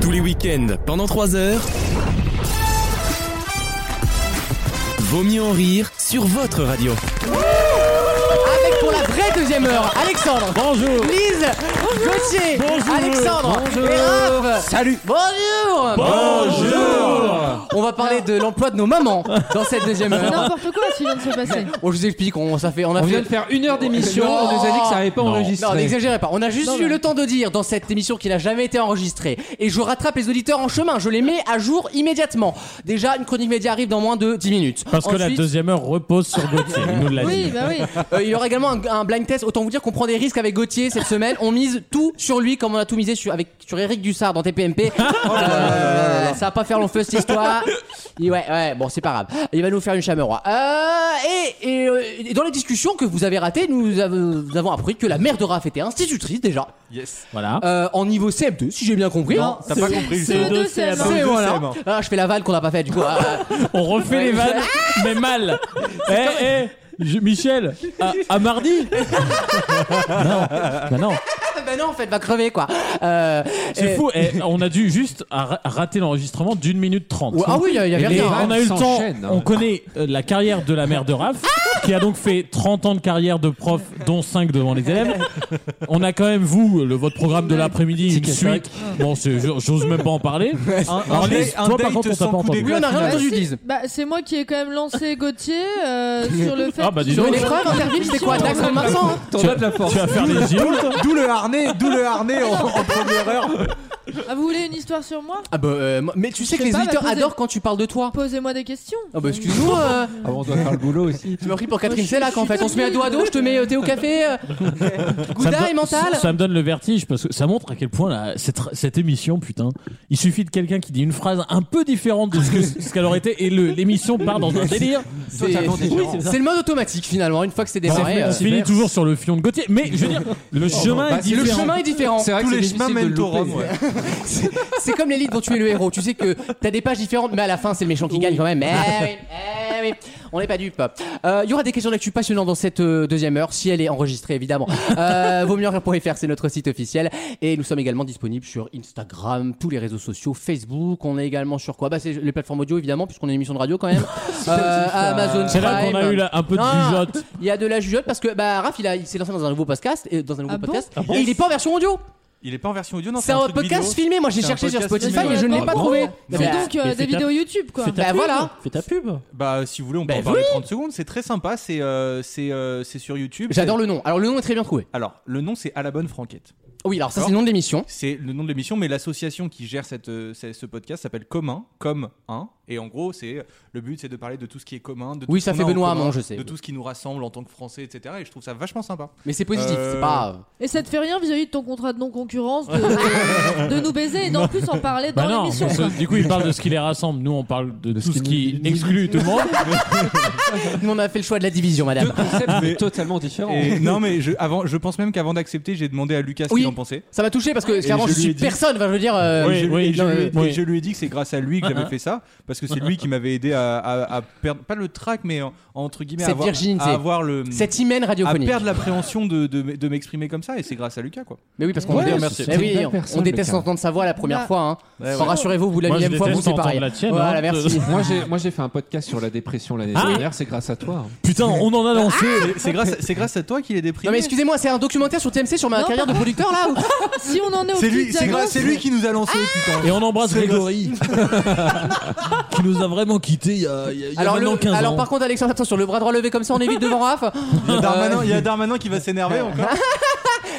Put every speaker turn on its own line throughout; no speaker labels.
Tous les week-ends, pendant 3 heures. Vaut mieux en rire sur votre radio.
Avec pour la vraie deuxième heure, Alexandre. Bonjour. Lise. Gauthier.
Bonjour.
Alexandre. Et Raph.
Salut
Bonjour.
Bonjour
On va parler de l'emploi de nos mamans dans cette deuxième
C'est
heure.
n'importe quoi ce qui vient de se passer.
Bon, je vous explique, on, ça fait, on a
On
fait
vient de faire une heure d'émission,
Non.
on nous a dit que ça n'avait pas enregistré.
Non, n'exagérez pas. On a juste
Non,
eu
mais-
le temps de dire dans cette émission qu'il n'a jamais été enregistré. Et je rattrape les auditeurs en chemin. Je les mets à jour immédiatement. Déjà, une chronique média arrive dans moins de 10 minutes.
Parce que la
Ensuite,
deuxième heure repose sur Gauthier, il nous l'a
Oui,
dit.
bah oui.
euh, il y aura également un, un blind test. Autant vous dire qu'on prend des risques avec Gauthier cette semaine. On mise tout sur lui, comme on a tout misé sur, avec, sur Eric Dussard dans TPMP. Euh, ça va pas faire long feu cette histoire. Il- ouais, ouais, bon, c'est pas grave. Il va nous faire une chamerois. Euh, et, et, euh, et dans les discussions que vous avez ratées, nous, av- nous avons appris que la mère de Raph était institutrice déjà.
Voilà.
Euh, en niveau CM2, si j'ai bien compris.
Non,
Hein.
T'as pas compris.
C'est
Ludo.
deux c'est
C'est- voilà. Ah, je fais la vanne qu'on n'a pas faite du coup. Ah, ah.
On refait
Ouais. Ah
les vannes, mais mal. Eh, eh, je- Michel, à, à mardi Non, bah non.
bah non, en fait, va crever quoi. Euh,
C'est
et-
fou, eh, on a dû juste à ra- à rater l'enregistrement d'une minute trente.
Ouais, ah oui, il y avait
Et
rien. hein.
on a eu le temps,
s'enchaînent.
on connaît euh, la carrière de la mère de Raph, qui a donc fait 30 ans de carrière de prof, dont 5 devant les élèves. On a quand même, vous, le, votre programme de l'après-midi, une suite. Bon, c'est- j'ose même pas en parler. Alors, Lise, toi, par contre, on t'a pas entendu.
Oui, on a rien
Bah,
entendu,
si.
disent.
Bah, c'est moi qui ai quand même lancé Gauthier euh, sur le fait.
Ah, bah, dis
qu'il-
Sur
donc.
une épreuve, Interville, c'était quoi Dax comme Vincent hein
T'en as de la force.
Tu vas faire les yeux.
D'où le harnais, d'où le harnais en, en première heure.
Ah, vous voulez une histoire sur moi
Ah bah, euh, moi- mais tu sais que
sais
les
pas,
auditeurs
bah, posez-
adorent quand tu parles de toi.
Posez-moi des questions.
Ah bah Oh, excuse-nous, euh,
Ah, on doit faire le boulot aussi.
tu m'as pris pour Catherine
Moi, je-
Sellac en
je suis
fait. On se met à dos à dos, je te mets euh, thé au café, euh, Gouda et mental.
ça me donne le vertige parce que ça montre à quel point là, cette, cette émission, putain, il suffit de quelqu'un qui dit une phrase un peu différente de ce que- ce qu'elle aurait été et le- l'émission part dans un délire.
C'est c'est le mode automatique finalement, une fois que c'est
On
démarré. euh,
finit toujours sur le fion de Gauthier, mais je veux dire, le chemin
bah,
est
c'est
le
différent.
chemin est différent.
vrai
Tous les chemins
difficile de
mènent au
louper.
Rhum, ouais.
C'est comme les livres dont tu es le héros. Tu sais que t'as des pages différentes, mais à la fin, c'est le méchant qui gagne quand même. Eh oui, eh oui. On n'est pas dupes. Euh, Il y aura des questions d'actu passionnantes dans cette euh, deuxième heure, si elle est enregistrée, évidemment. Euh, vaut mieux en rire.fr, c'est notre site officiel. Et nous sommes également disponibles sur Instagram, tous les réseaux sociaux, Facebook. On est également sur quoi Bah, c'est les plateformes audio, évidemment, puisqu'on est une émission de radio quand même. Euh, Amazon
C'est là qu'on a
Prime.
eu là, un peu de
Ah.
jugeote.
Il y a de la jugeote parce que bah, Raph, il, a- il s'est lancé dans un nouveau podcast, et, dans un nouveau
Ah bon
podcast et il est pas en version audio.
Il est pas en version audio, non
C'est un
truc
podcast
vidéo.
filmé. Moi, j'ai
C'est un
cherché sur
podcast
Spotify,
vidéo.
mais je ne l'ai
Ah
pas
bon
trouvé.
C'est
Bah,
donc euh, des
mais fais ta-
vidéos YouTube quoi.
ta Bah, pub. voilà.
Fais ta pub.
Bah, euh, si vous voulez, on peut
Bah
en parler 30 secondes. C'est très sympa. C'est euh, c'est euh, c'est sur YouTube.
J'adore le nom. Alors le nom est très bien trouvé.
Alors, le nom, c'est À la bonne franquette.
Oui, alors ça c'est
Alors
le nom de l'émission.
C'est le nom de l'émission, mais l'association qui gère cette, euh, ce ce podcast s'appelle Commun, comme un. Et en gros, c'est le but, c'est de parler de tout ce qui est commun, de tout
Oui,
ce
ça
qu'on
fait
a en
Benoît
commun,
Hamon, je sais.
de tout ce qui nous rassemble en tant que Français, etc. Et je trouve ça vachement sympa.
Mais c'est positif,
Euh,
c'est pas.
Et ça te fait rien vis-à-vis de ton contrat de non-concurrence de, de nous baiser et d'en plus en parler dans
Bah non,
l'émission.
parce que
quoi.
du coup, il parle de ce qui les rassemble. Nous, on parle de, tout
ce
ce qui
qui
exclut tout le monde.
Nous on a fait euh, le choix de la division,
Deux
madame.
concepts mais totalement différents.
Et- non, mais je, avant, je pense même qu'avant d'accepter, j'ai demandé à Lucas ce
Oui.
qu'il en pensait.
Ça m'a touché parce que clairement
je
je
lui
suis
ai dit-
personne. Enfin, je veux dire. euh,
Oui,
je, lui-
oui,
et je
non,
lui ai-
euh, oui. Ah,
et je lui ai dit que c'est grâce à lui que j'avais fait ça, parce que c'est lui qui m'avait aidé à, à- à perdre, pas le trac, mais en- entre guillemets, à
Cette
avoir,
virginité.
à avoir le.
Cette hymen
à
radiophonique.
perdre l'appréhension de, de, de m'exprimer comme ça, et c'est grâce à Lucas, quoi.
Mais oui, parce qu'on
Ouais,
dé-
merci.
Mais oui,
C'est une belle
on-
personne,
on déteste
Lucas.
entendre sa voix la première
Bah,
fois. Hein.
Ouais,
Enfin,
ouais.
Rassurez-vous, vous la
Moi, je
millième fois vous
déteste
c'est pareil.
entendre la tienne,
Voilà,
hein.
merci.
Moi j'ai moi j'ai fait un podcast sur la dépression l'année
Ah.
dernière, c'est grâce à toi. hein.
Putain, on en a lancé.
C'est- C'est grâce, c'est grâce à toi qu'il est déprimé.
Non mais excusez-moi, c'est un documentaire sur TMC sur ma
Non,
carrière de producteur là. ou-
Si on en est au
C'est lui,
petites
c'est grâce-
annonces,
c'est lui qui nous a lancé, putain.
Ah Et on embrasse Grégory, qui nous a vraiment quittés il y a, il y a- il y a
Alors,
maintenant
le-
15
alors
ans.
par contre, Alexandre, attention, le bras droit levé comme ça, on évite devant Raph.
Il y a Darmanin, il y a Darmanin qui va s'énerver encore.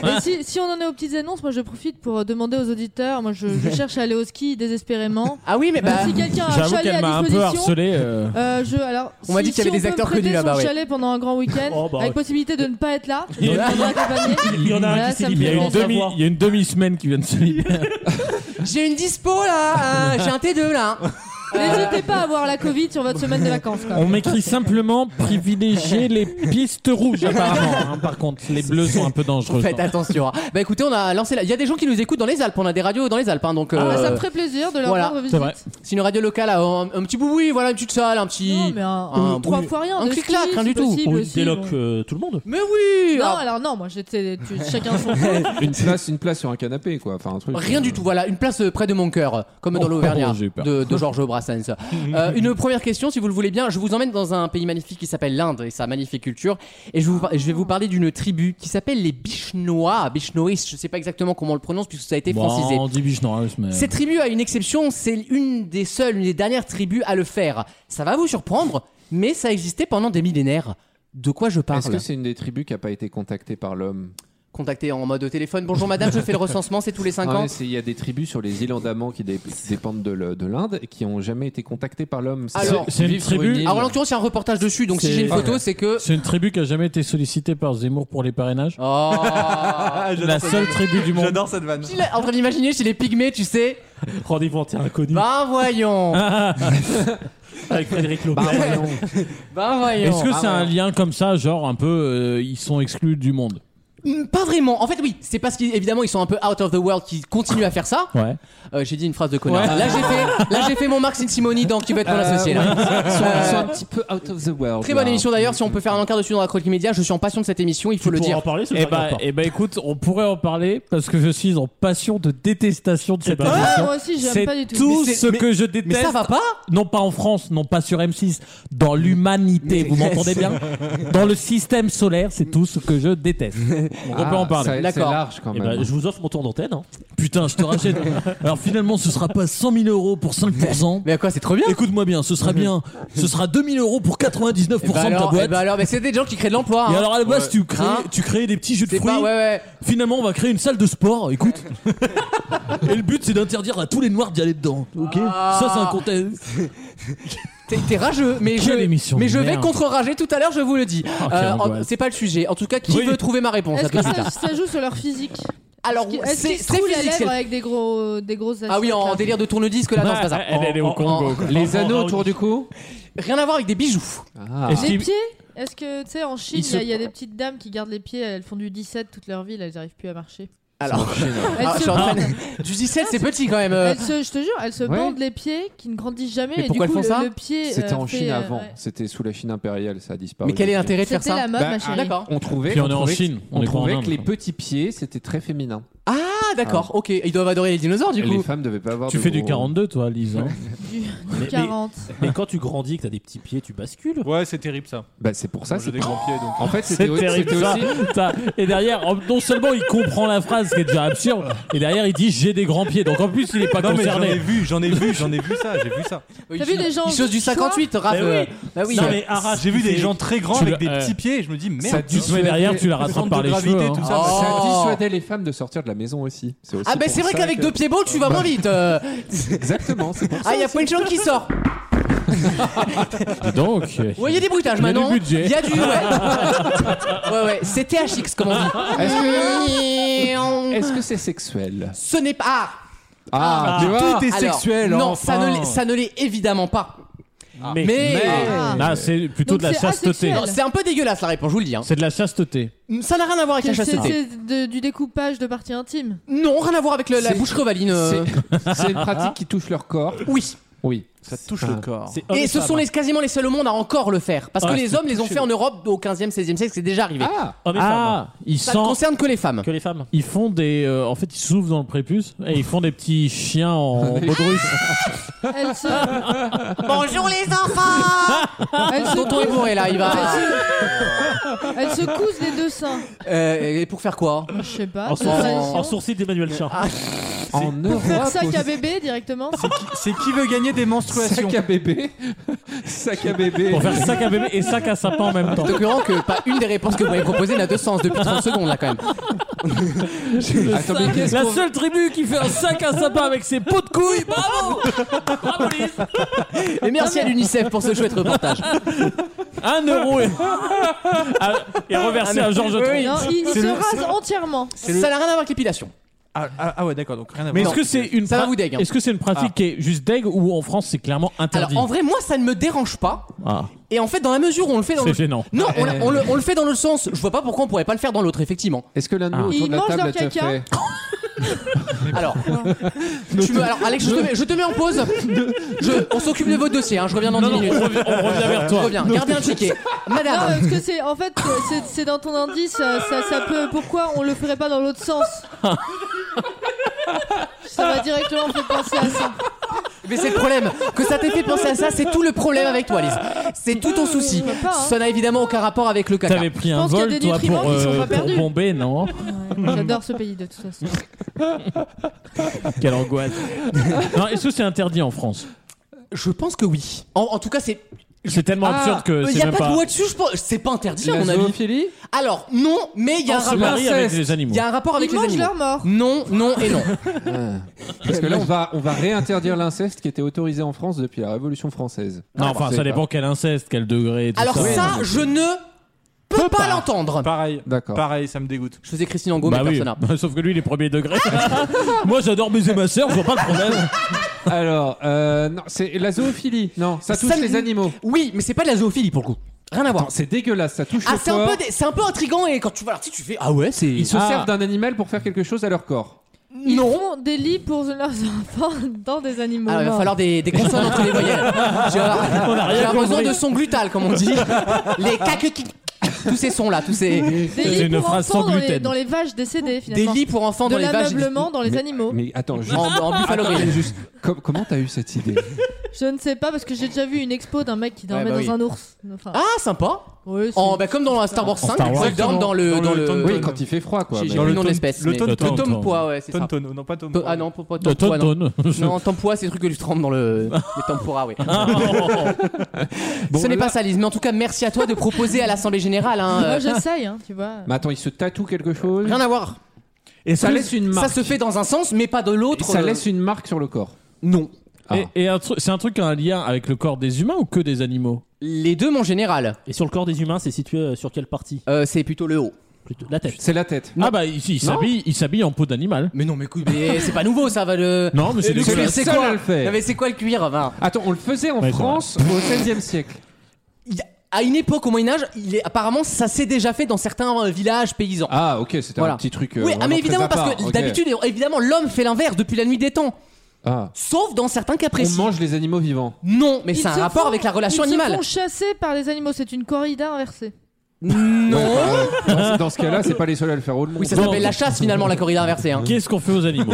Et si, si on en est aux petites annonces, moi je profite pour euh, demander aux auditeurs. Moi je, je cherche à aller au ski désespérément.
Ah oui, mais bah.
si quelqu'un a un
J'avoue
chalet
qu'elle m'a
à
un peu
disposition.
harcelé. euh.
euh, je, alors,
On m'a
si-
dit qu'il y avait
si
des
on peut me
acteurs
prêter
connus là-bas,
son
ouais.
chalet pendant un grand week-end,
Oh, bah,
avec
ouais.
possibilité de ne pas être là.
Il y en a-
Je voudrais accompagner.
Il y en a un
Voilà,
qui
ça
s'est
me fait
libéré. Il y a une
penser à
demi-
voir.
Il y a une demi-semaine qui vient de se libérer.
euh, J'ai une dispo là, hein, j'ai un T2 là. hein.
N'hésitez pas à avoir la Covid sur votre semaine de vacances. Quoi.
On m'écrit simplement privilégier les pistes rouges, apparemment. hein. par contre, les bleus sont un peu dangereux.
Faites attention. hein. Bah écoutez, on a lancé. la- Il y a des gens qui nous écoutent dans les Alpes. On a des radios dans les Alpes, hein, donc.
Ah, bah,
euh,
ça me ferait plaisir de leur
voilà,
rendre
C'est
visite.
vrai.
C'est une radio locale, à un, un petit boui, voilà, une petite salle, un petit.
Non, mais un,
Un-
trois
oui.
fois rien.
Un
de
clic-clac,
ski,
rien
c'est
du tout.
possible
On
aussi,
déloque
bon.
euh, tout le monde.
Mais oui
Non,
ah,
alors non, moi j'étais tu- chacun son tour.
Une place, une place sur un canapé, quoi. Enfin, un truc.
Eh, Rien du tout, voilà, une place euh, près de mon cœur, comme dans
Oh,
l'Auvergnat
pardon, j'ai eu peur.
de, de Georges Brassens. Euh, une première question, si vous le voulez bien, je vous emmène dans un pays magnifique qui s'appelle l'Inde et sa magnifique culture, et je, vous par- je vais vous parler d'une tribu qui s'appelle les Bishnois, Bishnois, je sais pas exactement comment on le prononce puisque ça a été
Bon,
francisé.
on dit biche, non, hein, mais-
Cette tribu a une exception, c'est une des seules, une des dernières tribus à le faire. Ça va vous surprendre, mais ça existait pendant des millénaires. De quoi je
Est-ce que
parle
c'est une des tribus qui a pas été contactée par l'homme
Contacté en mode téléphone, bonjour madame, je fais le recensement, c'est tous les 5
Ah
ans.
ouais, c'est- Il y a des tribus sur les îles Andaman qui, dé- qui dépendent de le- de l'Inde et qui ont jamais été contactées par l'homme. C'est-
Alors,
c'est une
vivent sur
tribu-
île.
Alors Ah, en l'occurrence, il y a un reportage dessus, donc si
C'est-
j'ai une
Ah,
photo, c'est que.
C'est une tribu qui a jamais été sollicitée par Zemmour pour les parrainages.
Oh
Ah,
Ah,
La seule tribu du monde.
J'adore cette vanne.
Je suis là, en train d'imaginer chez les pygmées, tu sais.
Rendez-vous en terrain inconnu
Ben voyons.
Bah.
avec Frédéric Lopez.
Ah, Ben voyons.
Est-ce que
Ah,
c'est
Bah,
un lien comme ça, genre un peu euh, ils sont exclus du monde
Hmm, Pas vraiment. En fait, oui, c'est parce qu'évidemment, ils sont un peu out of the world qui continuent à faire ça.
Ouais.
Euh, j'ai dit une phrase de connard. Là, j'ai fait, là, j'ai fait mon Marc Simoni dans Qui veut être mon associé. là.
Ils sont, ils sont
Euh,
un petit peu out of the world.
Très bonne
là.
émission d'ailleurs. Si on peut faire un encart dessus dans la chronique média, je suis en passion de cette émission, il faut
Tu
le
pourras
dire.
en parler ce
Eh bah, eh bah, écoute, on pourrait en parler parce que je suis en passion de détestation de cette
Eh ben,
émission.
Ah, moi aussi, j'aime
C'est
pas du tout.
tout
Mais c'est-
ce
mais-
que je
Mais
déteste.
ça va pas
Non pas en France, non pas sur M6, dans l'humanité, vous m'entendez bien Dans le système solaire, c'est tout ce que je déteste. Donc on peut en
Ah,
parler.
ça- C'est
D'accord.
large quand
Eh
même.
ben, je vous offre mon tour d'antenne. hein.
Putain, je te rachète. Alors finalement, ce sera pas 100 000 euros pour 5%.
Mais à quoi C'est trop bien
Écoute-moi bien, ce sera bien. Ce sera 2000 euros pour 99%
Eh ben
de ta
alors,
boîte.
eh ben alors, mais c'est des gens qui créent de l'emploi.
Et
hein.
alors à la base,
Ouais.
tu, crées,
Hein
tu crées des petits jeux de
C'est
fruits.
pas, ouais, ouais.
Finalement, on va créer une salle de sport, écoute. Et le but, c'est d'interdire à tous les noirs d'y aller dedans. Ok
Ah.
Ça, c'est un contexte.
T'es- T'es rageux, mais je,
Quelle émission
mais
de
je vais
merde.
contre-rager tout à l'heure, je vous le dis.
quelle
Euh, en-
angoisse.
c'est pas le sujet. En tout cas, qui
Oui.
veut trouver ma réponse
Est-ce
à tout
que
de suite,
ça,
là
ça joue sur leur physique
Alors,
Est-ce
c'est
qu'ils se
c'est
trouvent la
physique.
lèvre
c'est-
avec des gros, des grosses
Ah oui, en
astuces
délire de tourne-disque, là, non, c'est pas ça.
Elle, elle est au
En-
Congo.
en-
quoi.
Les
En-
anneaux
en-
autour du cou
Rien à voir avec des bijoux.
Ah.
Est-ce
Les
qu'il-
pieds Est-ce que, tu sais, en Chine,
Ils
il
se-
y, a- il y a des petites dames qui gardent les pieds, elles font du 17 toute leur vie, là, elles n'arrivent plus à marcher.
Alors,
Elles
ah, je
se
suis en train
bandent-
de- du 17, c'est petit quand même. euh.
elles se- je te jure, elles se
Ouais.
bandent les pieds qui ne grandissent jamais.
Mais
et
pourquoi
du coup,
elles font
le-
ça
le pied,
C'était
euh,
en
fait,
Chine
euh,
avant.
ouais.
C'était sous la Chine impériale, ça a disparu.
Mais quel est
depuis.
l'intérêt de faire
C'était
ça
la mode,
Bah,
ma chérie.
D'accord.
On trouvait,
Puis on
qu'on
est en
trouvait-
Chine, on
on
est pas en
trouvait
Inde,
que les
quoi.
petits pieds, c'était très féminin.
Ah, d'accord, ok. Ils doivent adorer les dinosaures du
Et les
coup.
femmes devaient pas avoir
Tu
de
fais du
gros-
42, toi, Lise. hein.
Du, du
mais-
40.
Mais quand tu grandis, que t'as des petits pieds, tu bascules.
Ouais, c'est terrible ça.
Bah, c'est pour ça.
Moi, j'ai
c'est
des grands pieds donc.
En fait, c'était
C'est
c'était
terrible ça.
aussi.
T'as- Et derrière, en- non seulement il comprend la phrase qui est déjà absurde, et derrière il dit j'ai des grands pieds. Donc en plus il est pas
Non mais j'en ai
concerné.
vu, j'en ai vu, j'en ai vu ça, j'ai vu ça.
T'as vu les gens
Ils chose du
du choix
58, Raph.
Mais oui.
euh, Bah oui.
Non, mais arrache.
J'ai vu
tu
des
fais-
gens très grands
Tu
avec des
le- euh,
petits pieds et je me dis
ça
merde.
Tu te mets derrière, tu la rattrapes
Centre
par
de
les cheveux.
gravité,
hein.
tout
Oh.
ça. bah,
Ça dissuadait les femmes de sortir de la maison aussi. C'est aussi
Ah, bah
pour
c'est vrai
ça
qu'avec
que-
deux pieds beaux, tu
Bah
vas moins vite. euh.
Exactement. C'est pour ça.
Ah, il y a Ponchon qui sort.
Dis Donc, euh,
Ouais, il y a des bruitages
Il y a du
maintenant.
budget.
Il y a du. Ouais, ouais. ouais. C'est THX, comme on dit.
Est-ce que
Est-ce
est-ce que c'est sexuel
Ce n'est pas. Ah,
Ah, tu vois.
tout est
alors,
sexuel.
Non,
enfin.
ça ne l'est- ça ne l'est évidemment pas.
Mais,
Mais.
Ah.
là c'est plutôt
Donc
de la
c'est
chasteté.
asexuel.
Non, C'est un peu dégueulasse la réponse, je vous le dis. hein.
C'est de la chasteté.
Ah, Ça n'a rien à voir avec la
C'est c'est-
chasteté.
c'est de- du découpage de parties intimes.
Non, rien à voir avec le- la
C'est-
bouche crevaline. euh,
C'est- C'est une pratique qui touche leur corps.
Oui.
Oui.
Ça touche le corps.
Ah,
c'est homme
Et ce
femme.
sont les, quasiment les seuls au monde à encore le faire. Parce que
Ah,
les
c'est
hommes les ont fait en Europe au 15e, 16e siècle, c'est déjà arrivé.
Ah.
Hommes et femmes.
Ah, ils
Ça
sont-
ne concerne que les femmes.
Que les femmes.
Ils font des. euh, en fait, ils s'ouvrent dans le prépuce et ils font des petits chiens en mode russe.
Elles se,
Bonjour les enfants
elles se
Tonton est bourré là, il va.
Elles se cousent les deux seins.
Euh, et pour faire quoi
Je sais pas.
Ah,
En,
de
sourcil,
tradition.
en sourcil d'Emmanuel Chin.
En Europe.
Faire sac
aussi.
à bébé directement.
Oh.
C'est qui veut gagner des menstruations
Sac à bébé. Sac à bébé.
Pour faire sac à bébé et sac à sapin en même temps.
C'est écœurant que pas une des réponses que vous m'avez proposées n'a de sens depuis 30 secondes là quand même.
Attends, mais qu'est-ce
La
qu'on-
seule tribu qui fait un sac à sapin avec ses pots de couilles, bravo Bravo Lise
Et merci à l'UNICEF pour ce chouette reportage.
Un euro et, Ah, et reversé à Georges
Oui,
Tron.
Non, ils, ils
C'est
se
le-
rasent entièrement.
Ça n'a rien à voir avec l'épilation.
Ah, ah- ah ouais, d'accord, donc rien à
Mais
voir.
est-ce que c'est une
Ça va
pra-
vous deg, hein.
Est-ce que c'est une pratique qui est juste deg ou en France c'est clairement interdit
Alors en vrai, moi ça ne me dérange pas.
Ah,
Et en fait, dans la mesure où on le fait dans
c'est
le...
gênant.
Non, on, l'a- on le, on le fait dans le sens. Je vois pas pourquoi on pourrait pas le faire dans l'autre, effectivement.
Est-ce que l'un de
Ah.
nous autour
Ils
de la
mangent
table
leur
a déjà
caca.
fait
Alors, tu me- alors Alex, je te, mets, je te mets en pause. Je- on s'occupe de votre dossier. hein, je reviens dans
Non,
10
non, on
minutes.
revient, on revient vers
Je
toi.
reviens. Gardez un ticket,
Non,
Madame.
parce que c'est en fait c'est- c'est dans ton indice ça, ça- ça peut pourquoi on le ferait pas dans l'autre sens ça va directement me faire penser à ça
Mais c'est le problème. Que ça t'ait fait penser à ça, c'est tout le problème avec toi, Lise. C'est tout ton souci.
Je peux pas, hein.
Ça n'a évidemment aucun rapport avec le caca.
T'avais pris
Je
un
pense qu'il y a
vol
des
toi
nutriments
pour, euh,
qui sont pas
pour
perdus.
Bombay, non
Ouais, j'adore ce pays de toute façon
Quelle angoisse. non, est-ce que c'est interdit en France
Je pense que oui. En, en tout cas, c'est.
C'est tellement
Ah,
absurde que
Il
c'est
n'y a
même
pas
pas.
de loi dessus. Je pense. C'est pas interdit à
la
mon avis.
zoophilie
Alors non, mais il y a
on
un
se
rapport.
marie avec
L'inceste.
les
Il
animaux.
y a un rapport avec
ils
les
mangent
animaux.
leur mort
Non, non et non.
Ah. Parce que là, on va, on va réinterdire l'inceste qui était autorisé en France depuis la Révolution française. Ah,
Non, enfin,
C'est
ça
pas-
dépend quel inceste, quel degré. Tout
Alors
ça.
ça, je ne peux pas
pas.
l'entendre.
Pareil,
D'accord.
pareil, ça me dégoûte.
Je faisais Christine Angot,
Bah
mais
oui.
personne n'a.
Sauf que lui, les premiers degrés. Moi, j'adore baiser ma sœur, je vois pas le problème.
Alors, euh, non, c'est la zoophilie. Non, ça touche
Ça-
les animaux.
Oui, mais c'est pas de la zoophilie pour le coup. Rien à voir.
Attends, c'est dégueulasse, ça touche
Ah,
le
c'est un
corps.
peu, des- c'est un peu intrigant et quand tu vois l'article, tu fais ah ouais, c'est
Ils se
Ah.
servent d'un animal pour faire quelque chose à leur corps.
ils
non.
font des lits pour leurs enfants dans des animaux
Ah, il va
morts.
falloir des, des consonnes entre les voyelles. J'ai j'ai
rien
besoin
compris.
de son glutal, comme on dit. Les caquequiques. Tous ces sons-là, tous ces.
des
C'est
lits
une
pour
phrase
enfants
sans
dans les,
gluten.
dans les vaches décédées
Des
finalement
lits pour enfants
de
dans les vaches.
l'ameublement dans les
Mais-
animaux
Mais attends, juste.
En, en Buffalo Grill.
Attends, juste, com- comment t'as eu cette idée
je ne sais pas parce que j'ai déjà vu une expo d'un mec qui dormait
Ouais, bah
dans
oui.
un ours enfin,
Ah, sympa.
ouais, c'est-
En, bah, comme dans la Star Wars 5,
Star Wars.
ils dorment dans le.
Dans
Dans
le
le
Oui, quand il fait froid, quoi.
Euh,
bah.
J'ai j'ai
mais-
plus le nom de
Tom-
l'espèce.
le
mais-
Tom-
Tom-
Tom-
Tom Pois, ouais, c'est ça.
Tonton, non pas Tom.
Peu- Ah non, pas, pas
Le
Tom Pois, non.
tonton.
Non, tempura, c'est le truc que tu trempes dans le les tempura, oui.
Ah,
Ah,
Bon,
Ce n'est
là-
pas ça, Lise, mais en tout cas, merci à toi de proposer à l'Assemblée Générale. hein,
moi
euh,
j'essaye hein, tu vois
Mais attends, il se tatoue quelque chose.
rien à voir.
Et
Ça laisse une
Ça
marque.
se fait dans un sens, mais pas de l'autre.
Ça
euh,
laisse une marque sur le corps.
Non.
Ah.
Et, et un truc- c'est un truc qui a un lien avec le corps des humains ou que des animaux
Les deux, mon général,
Et sur le corps des humains, c'est situé euh, sur quelle partie
euh, c'est plutôt le haut.
Plutôt la tête.
C'est la tête.
Ah bah ici, il s'habille, il s'habille en peau d'animal.
Mais non, mais écoute, mais c'est pas nouveau, ça va de.
Non, mais c'est
le
dégueulasse.
cuir, c'est
Seul
quoi
à le faire.
Non, mais c'est quoi le cuir enfin,
Attends, on le faisait en
Ouais, c'est
France au XVIe siècle.
il y a- À une époque, au Moyen-Âge, apparemment, ça s'est déjà fait dans certains euh, villages paysans.
Ah, ok, c'était
Voilà.
un petit truc. euh,
oui, ah,
vraiment
mais
très
évidemment,
à
parce
part,
que
ok.
d'habitude, évidemment, l'homme fait l'inverse depuis la nuit des temps.
Ah.
Sauf dans certains cas
On
précis.
mange les animaux vivants.
Non, mais
Ils
c'est un
se
rapport
font-
avec la relation
ils
animale.
se font chasser par les animaux c'est une corrida inversée
Non.
Ouais, bah, dans, dans ce cas-là, c'est pas les seuls à le faire au monde.
Oui, ça
Bon.
s'appelle la chasse finalement, la corrida inversée. hein.
Qu'est-ce qu'on fait aux animaux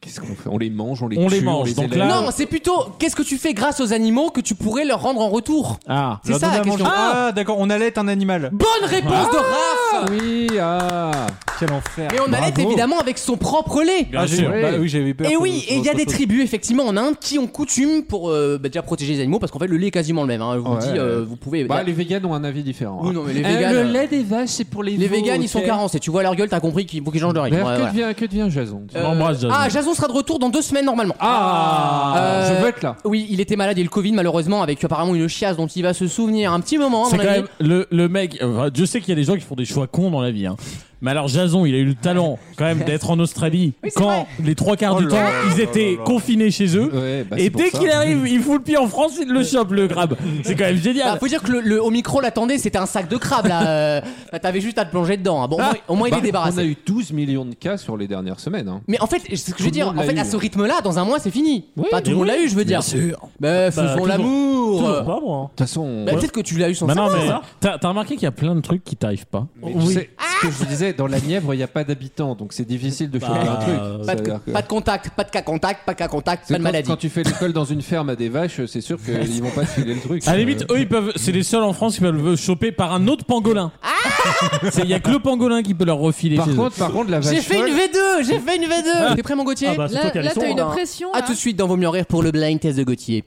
Qu'est-ce qu'on fait On les mange, on les
On les
tue,
mange,
on les
donc
élève.
là-
Non, c'est plutôt qu'est-ce que tu fais grâce aux animaux que tu pourrais leur rendre en retour
Ah,
C'est ça la question.
Ah, d'accord, on allait être un animal.
Bonne réponse
Ah
de Raph
Oui, ah.
Quel enfer.
Mais on allait
Bravo.
évidemment avec son propre lait.
Bien
j'ai-
sûr.
oui.
bah oui, j'avais peur.
Et
que
oui,
ce
et il y a
soit
des
autre chose.
tribus effectivement en Inde qui ont coutume pour euh, bah, déjà protéger les animaux parce qu'en fait le lait est quasiment le même. hein. Je vous
Ouais.
dis, euh, vous pouvez.
Bah, les véganes ont un avis différent.
Oui,
hein.
non, mais les
Euh,
véganes, euh,
le lait des vaches, c'est pour les
Les
veaux,
véganes, ils sont
ok.
carencés. Tu vois leur gueule, t'as compris qu'il faut qu'ils changent de rythme.
D'ailleurs,
Ouais,
que,
ouais.
devient, que devient Jason tu-
On embrasse Jason.
Ah, Jason sera de retour dans deux semaines normalement.
Ah,
Euh,
je veux être là.
Oui, il était malade, il y a eu le Covid malheureusement, avec apparemment une chiasse dont il va se souvenir un petit moment. à
C'est
mon
quand
avis. Bah,
même le, le mec. euh, enfin, je sais qu'il y a des gens qui font des choix cons dans la vie. hein. Mais alors Jason, il a eu le talent quand même d'être en Australie
Oui, c'est
quand
vrai.
les trois quarts
Oh
du
là
temps
là là
ils
là
étaient
là.
confinés chez eux.
Ouais, bah,
et
c'est pour
dès
ça.
qu'il arrive, il fout le pied en France, il le chope le crabe. C'est quand même
Ah,
génial.
faut dire que le, le- au micro l'attendait, c'était un sac de crabe là. euh, bah, T'avais juste à te plonger dedans. hein. Bon, au moins, au moins, il
Bah,
est débarrassé.
On a eu 12 millions de cas sur les dernières semaines. hein.
Mais en fait, c'est ce que je veux
Tout le
dire,
monde
en
l'a
fait,
eu.
à ce rythme-là, dans un mois, c'est fini. pas tout le
mais
monde l'a eu, je veux dire. Bah,
Bah,
faisons
toujours.
l'amour.
Toujours pas moi. hein.
De toute façon, on-
Bah, Peut-être que tu l'as eu sans
Bah non,
savoir. hein.
mais t'as t'as remarqué qu'il y a plein de trucs qui t'arrivent pas.
Mais tu sais,
Ah
ce que je vous disais, dans la Nièvre, il n'y a pas d'habitants, donc c'est difficile de choper
Bah,
un truc.
euh,
Pas
Ça veut
de,
dire que-
pas de contact, pas de cas contact, pas de cas contact,
C'est
pas de
quand-
maladie.
Quand tu fais l'école dans une ferme à des vaches, c'est sûr qu'ils vont pas te filer le truc. Euh,
À la limite, eux, ils peuvent. C'est les seuls en France qui peuvent le choper par un autre pangolin.
Ah
C'est- Il y a que le pangolin qui peut leur refiler.
Par
chez eux.
contre, par contre, la vache.
J'ai fait une
folle-
V2, j'ai fait une V2. T'es prêt, mon Gauthier
Ah bah, c'est
là
toi qui as les
là,
sons,
t'as une
hein.
pression
À
là.
tout de suite dans Vos mieux en rire pour le blind test de Gauthier.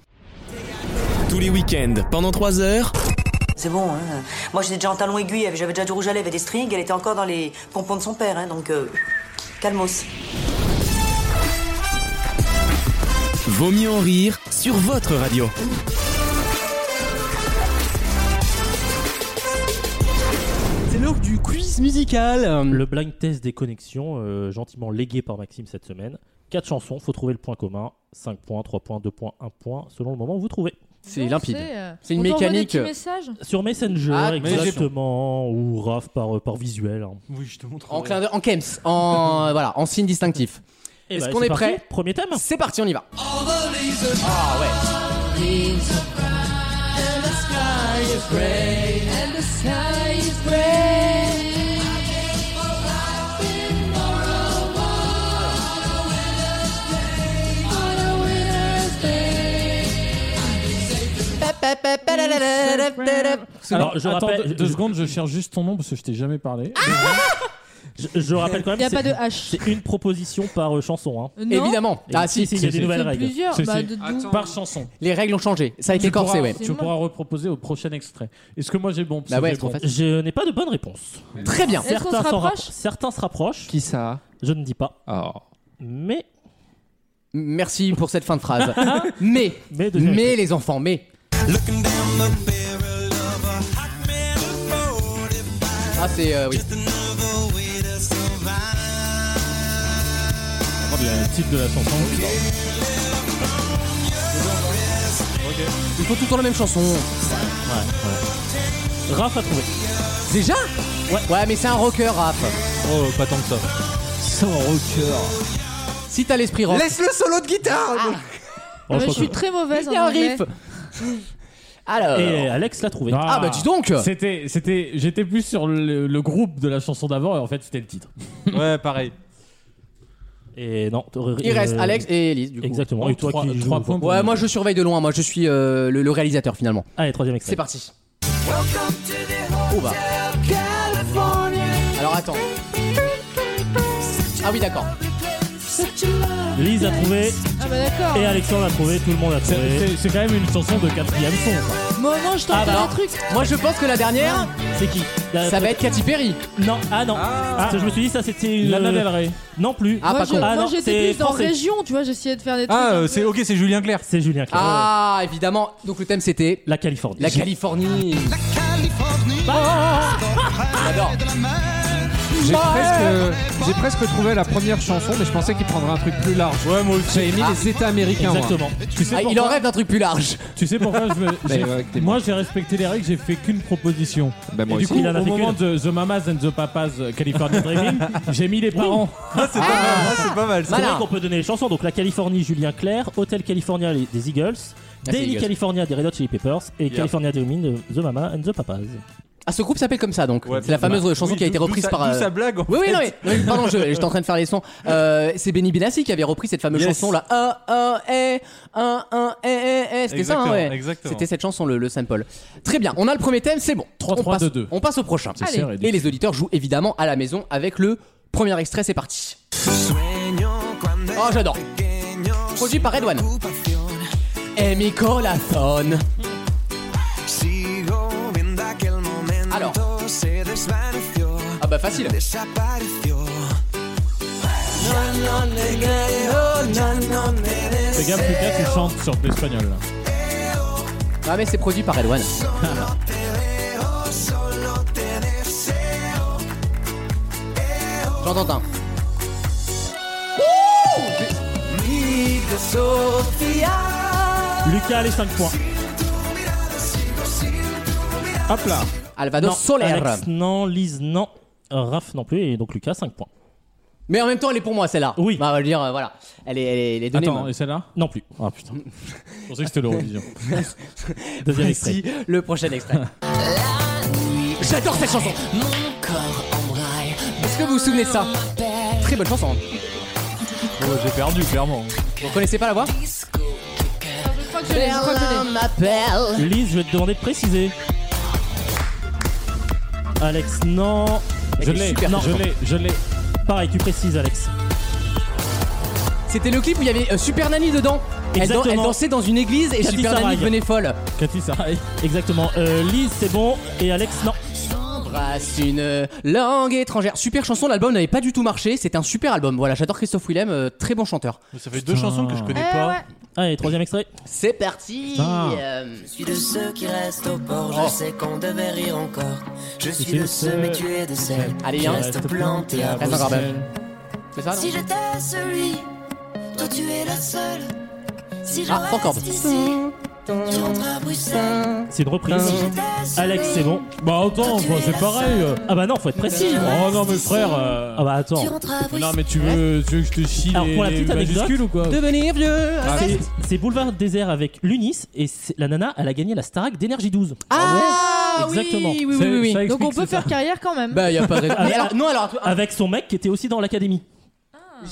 Tous les week-ends, pendant 3 heures,
C'est bon, hein. Moi, j'étais déjà en talon aiguille, j'avais déjà du rouge à lèvres et des strings, elle était encore dans les pompons de son père, hein, donc euh, calmos.
Vaut mieux en rire sur votre radio.
C'est l'heure du quiz musical.
Le blind test des connexions, euh, gentiment légué par Maxime cette semaine. Quatre chansons, faut trouver le point commun. 5 points, 3 points, 2 points, 1 point, selon le moment où vous trouvez.
C'est
Non,
limpide.
euh,
C'est une
on t'envoie des
mécanique.
petits messages
Sur Messenger,
Ah, mais j'ai-
exactement, ou RAF par, par visuel. hein.
Oui, je te montre.
En clin d'œil- en kems, en voilà, en signe distinctif.
Eh
Est-ce
bah,
qu'on
c'est
est
parti,
prêt
Premier thème
C'est parti, on y va. Ah ouais.
Alors, je
attends,
rappelle-
deux- deux secondes, je cherche juste ton nom parce que je t'ai jamais
Ah,
parlé.
je, je rappelle quand
Il
même.
n'y a
c'est-
pas de H.
C'est une proposition par euh, chanson. hein.
Non,
Évidemment.
Et
Ah
si,
si,
si, il y a des
c'est
nouvelles règles.
Plusieurs.
C'est-
bah,
c'est-
de- d'où-
Par chanson.
les règles ont changé. Ça a été
Tu pourras-
corsé, ouais.
Tu pourras reproposer au prochain extrait. Est-ce que moi j'ai bon parce
Bah
que
ouais,
j'ai
trop
bon.
facile.
Je n'ai pas de bonne réponse.
Très bien.
Est-ce qu'on se
Certains s'en
rapproche
rappro- Certains se rapprochent.
Qui ça
Je ne dis pas.
Oh.
Mais.
Merci pour cette fin de phrase. mais,
Hein Mais de
mais les enfants, mais. Ah c'est euh, oui.
Le titre de la chanson.
Il faut tout le temps la même chanson.
Raph a trouvé.
Ah,
Déjà ouais. mais c'est un rocker, Raph.
Oh, pas tant que ça.
Si t'as l'esprit rock.
Laisse le solo de guitare
Oh,
Ah,
je
Je
pense
suis
que-
très mauvaise.
Il y a
en
un
anglais.
riff. Alors.
Et euh, Alex l'a trouvé.
Ah bah dis donc.
C'était, c'était, j'étais plus sur le, le groupe de la chanson d'avant et en fait c'était le titre.
Ouais, pareil.
Et non. t'aurais-
Il reste
euh,
Alex et Elise du coup.
Exactement. Et toi
Trois-
qui joues,
trois
quoi.
points pour
Ouais, moi je surveille de loin, moi je suis euh, le, le réalisateur finalement.
Allez, Ah, troisième extrait.
C'est parti. Oh bah. Alors attends. Ah oui, d'accord.
Lise a trouvé.
Ah bah d'accord.
Et Alexandre a trouvé. Tout le monde a
C'est,
trouvé.
c'est- c'est quand même une chanson de quatrième son. quoi.
Moi, non, je
Ah,
tente
bah,
un
alors.
truc.
Moi je pense que la dernière,
C'est qui La-
ça va être Katy Perry.
Non. Ah non. Parce que Je me suis dit, ça c'était une.
Lana Del Rey.
Non plus.
Ah,
moi,
pas
je-
con.
Ah,
moi,
non,
j'étais
c'est
plus dans
français.
région, tu vois, j'essayais de faire des trucs.
Ah,
un
euh,
peu-
c'est ok, c'est Julien Clerc.
C'est Julien Clerc.
Ah, évidemment. Donc le thème c'était
La Californie.
la Californie. Ah. J'adore.
J'ai presque, j'ai presque trouvé la première chanson, mais je pensais qu'il prendrait un truc plus large. Ouais, moi J'avais mis
Ah.
les États américains. moi.
Exactement.
Tu sais
Ah, il
pourquoi
en rêve d'un truc plus large.
Tu sais pourquoi je me- j'ai-
Bah, ouais, t'es
Moi j'ai respecté les règles, j'ai fait qu'une proposition.
Bah, moi
et du
aussi.
coup,
Il en a
au
fait
moment de The Mamas and the Papas euh, California Dreaming, j'ai mis les parents.
Ah, c'est pas mal.
C'est vrai
Malin.
qu'on peut donner les chansons. Donc la Californie, Julien Clerc, Hotel California les- des Eagles,
Ah, c'est
Daily
Eagles.
California des Red Hot Chili Peppers et California Dreaming de The Mama and the Papas.
Ah, ce groupe s'appelle comme ça donc.
Ouais,
c'est la fameuse chanson
Oui,
qui a été
d'où-
reprise
d'où sa-
par.
d'où
euh,
sa blague en
Oui, oui,
fait.
non, mais, non, mais pardon, je, j'étais en train de faire les sons. Euh, c'est Benny Benassi qui avait repris cette fameuse
Yes.
chanson là. Un, un, eh, un, un, eh, eh, eh. C'était ça, hein,
Exactement,
ouais.
exactement.
C'était cette chanson, le, le sample. Très bien, on a le premier thème, c'est bon.
Trois,
on,
trois,
passe,
deux, deux.
on passe au prochain.
C'est serré,
Et les auditeurs jouent évidemment à la maison avec le premier extrait, c'est parti. Oh, j'adore. Produit par Eh, Red One. Et mi corazón. Alors. Ah bah facile.
Fais gaffe, Lucas, tu chantes sur de l'espagnol. là.
Ah mais c'est produit par Red One. J'entends un.
Lucas a les 5 points.
Hop là
Alvaro Soler.
Alex, non. Lise, non. Raph, non plus. Et donc Lucas, 5 points.
Mais en même temps, elle est pour moi celle-là.
Oui.
Bah, on va le dire, euh, voilà. Elle est, elle est, elle est donnée.
Attends,
moi.
et celle-là
Non plus. Ah putain.
Je pensais que c'était l'Eurovision.
Deuxième extrait.
Voici le prochain extrait. J'adore cette chanson. Est-ce que vous vous souvenez de ça Très bonne chanson. hein.
j'ai perdu, clairement.
Vous connaissez pas la voix
Je crois que je l'ai, je crois que je l'ai.
m'appelle.
Lise, je vais te demander de préciser. Alex, non.
Je l'ai,
super
je l'ai, je l'ai.
Pareil, tu précises, Alex.
C'était le clip où il y avait euh, Super Nanny dedans. Elle, dan- elle
Exactement.
dansait dans une église et
Cathy
Super Nanny
Sarrail.
devenait folle.
Cathy Sarai.
Exactement. Euh, Lise, c'est bon. Et Alex, non.
Embrasse une langue étrangère. Super chanson, l'album n'avait pas du tout marché. C'était un super album. Voilà, j'adore Christophe Willem, euh, très bon chanteur.
Ça fait deux chansons que je
Eh ouais.
Allez, troisième extrait.
C'est parti
Ah.
Putain.
euh,
Je suis de ceux qui restent au port,
Oh.
je sais qu'on devait rire encore. Je suis
suis
de
de
ceux,
ceux-
mais tu es de celles
Allez,
qui
hein.
restent plantées à
Reste encore,
Bruxelles.
ben. C'est ça, non
Si j'étais celui, toi tu es la seule. Si je
Ah,
reste
sans corde.
ici, tu rentres à Bruxelles.
C'est une reprise.
Si j'étais celui,
Alex, c'est bon.
Bah autant, enfin, c'est pareil. euh.
Ah bah non, faut être précis.
Oh non, mais frère. euh,
Ah bah attends.
tu rentres à
mais non,
Bruxelles.
mais tu veux, tu veux que je te chie
Alors,
les,
pour la
les
petite anecdote-
majuscules ou quoi
Devenir vieux
Ah,
Ah,
C'est- C'est Boulevard Désert avec Lunis et c'est- la nana, elle a gagné la Starac d'énergie 12.
Ah oui,
Exactement.
Oui, oui,
Ça-
oui, oui.
ça
Donc on
explique
peut
ce-
faire carrière quand même.
Bah, y a pas de raison. Mais alors, non, alors,
Avec son mec qui était aussi dans l'académie.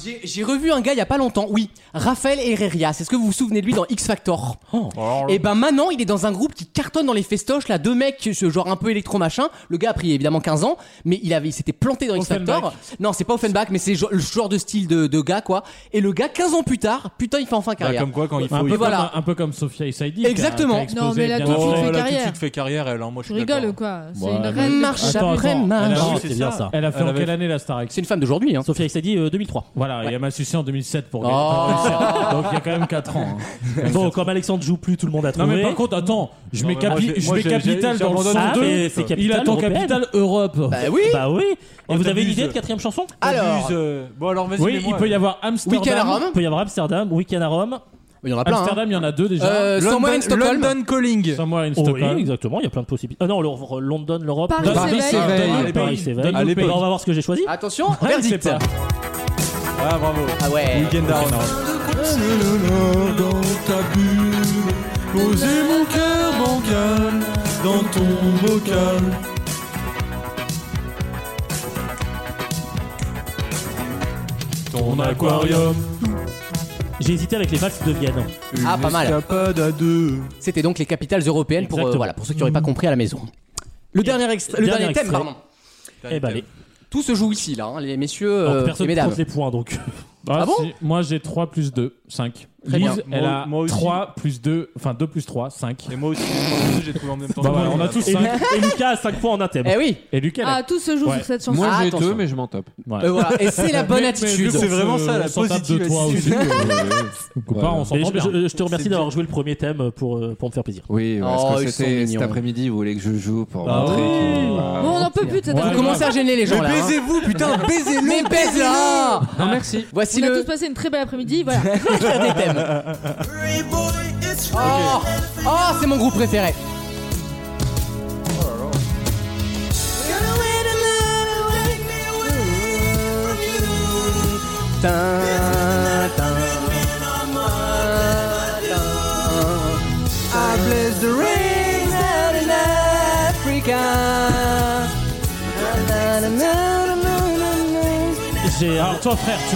j'ai- j'ai revu un gars il y a pas longtemps, oui, Raphaël Herreria. C'est ce que vous vous souvenez de lui dans X Factor.
Oh.
Oh Hein.
Et ben maintenant, il est dans un groupe qui cartonne dans les festoches, là, deux mecs, ce genre un peu électro machin. Le gars a pris évidemment 15 ans, mais il, avait, il s'était planté dans X Factor. Non, c'est pas Offenbach, mais c'est jo- le genre de style de, de gars, quoi. Et le gars, 15 ans plus tard, putain, il fait enfin
Bah,
carrière.
comme quoi, quand il
un,
faut.
peu
il-
comme,
voilà.
un peu comme Sophia et Saidi.
Exactement.
Non, mais là, tout de suite,
Oh,
fait
là, tout de
carrière.
suite fait carrière, elle. hein, Moi, je
Tu
suis d'accord.
rigoles quoi C'est
Ouais,
une
mais-
reine.
Marche
Attends,
après
attends.
marche.
Ah,
Non,
c'est
c'est bien
ça.
ça.
Elle a fait
Elle
en
avait
quelle
fait-
année la Starac
C'est une femme d'aujourd'hui, hein.
Sophia Exadi, euh, 2003.
Voilà, et elle m'a sucé en 2007 pour gagner.
Oh.
Ah. Donc il y a quand même 4 ans. hein.
Bon, comme Alexandre joue plus, tout le monde a
Non
trouvé.
mais par contre, attends, je
Non,
mets,
mais moi,
capi-
j'ai-
je
moi,
mets
j'ai-
capital
j'ai-
dans le
j'ai-
Ah,
102.
mais c'est
Il
capitale
attend
européenne.
capital Europe.
Bah oui.
Bah oui.
Oh,
Et vous avez une
t'abuses.
idée de quatrième chanson
Alors,
Abuse, euh, Bon, alors, vas-y.
oui,
mets-moi. euh,
il peut y avoir Amsterdam.
Week-end à Rome.
Il peut y avoir Amsterdam, Weekend à Rome.
il y en a plein. hein.
Amsterdam, il y en a deux déjà.
Euh, Somewhere in
London,
Stockholm.
London Calling.
Somewhere in
Oh
Stockholm.
oui, exactement, il y a plein de possibilités. Ah non, le- London, l'Europe.
Paris
Paris,
Paris
s'éveille.
s'éveille.
Paris,
Allez,
Paris.
s'éveille.
Daniel
Allez,
Pay.
Bah, On va voir ce que j'ai choisi.
Attention,
c'est
verdict.
pas.
Ah, bravo.
Ah ouais.
Weekend à Rome.
Dans ta bulle, poser mon cœur bancal dans ton bocal.
Ton aquarium.
J'ai hésité avec les valses de Vienne.
Ah, pas mal.
Escapade à deux.
C'était donc les capitales européennes pour, euh,
Exactement.
voilà, pour ceux qui n'auraient pas compris à la maison. Le dernier, extra- le
dernier
dernier thème,
extrait.
pardon.
Eh bah allez.
Tout se joue ici, là, hein, les messieurs
Alors,
euh, et
personne ne
mesdames.
compte les points donc.
Ah bon
si. Moi j'ai 3 plus 2, 5.
Très
Lise,
bien.
elle
Moi-
a
moi aussi.
3 plus 2, enfin 2 plus 3, 5.
Et moi aussi, moi aussi, j'ai trouvé en même temps.
Bah voilà, on a tous
Et,
5.
Lu- et Lucas a 5 points en un thème.
Eh oui,
Et Lucas, elle a-
Ah, tout se joue
Ouais.
sur cette chanson.
Moi
Ah,
j'ai
attention.
deux, mais je m'en tape.
Ouais.
euh, voilà. et c'est la bonne
Mais- mais-
attitude.
mais
C'est vraiment
on se-
ça, la
on s'en tape
positive
de toi
attitude.
aussi, euh,
Ou
Ou pas, on
Et
s'entend
je,
bien.
je- je te remercie d'avoir joué le premier thème pour, euh, pour me faire plaisir.
Oui, parce
Oh,
que
ils
c'était
sont
cet
mignons.
après-midi, vous voulez que je joue pour
Ah
montrer
oui.
que- Ah,
Bon, on en peut plus de cette
Ouais.
Vous
affaire.
commencez à gêner les gens, là. hein.
Baisez-vous, putain, baisez
Mais baisez-la
Non, merci.
Voici
On a
le
tous passé une très belle après-midi, voilà.
dernier thème. Oh, oh c'est mon groupe préféré. Tin, tin, tin. I bless Ah, the rains out in Africa. Na, na, na, na, na, na, na.
J'ai- Alors toi frère, tu...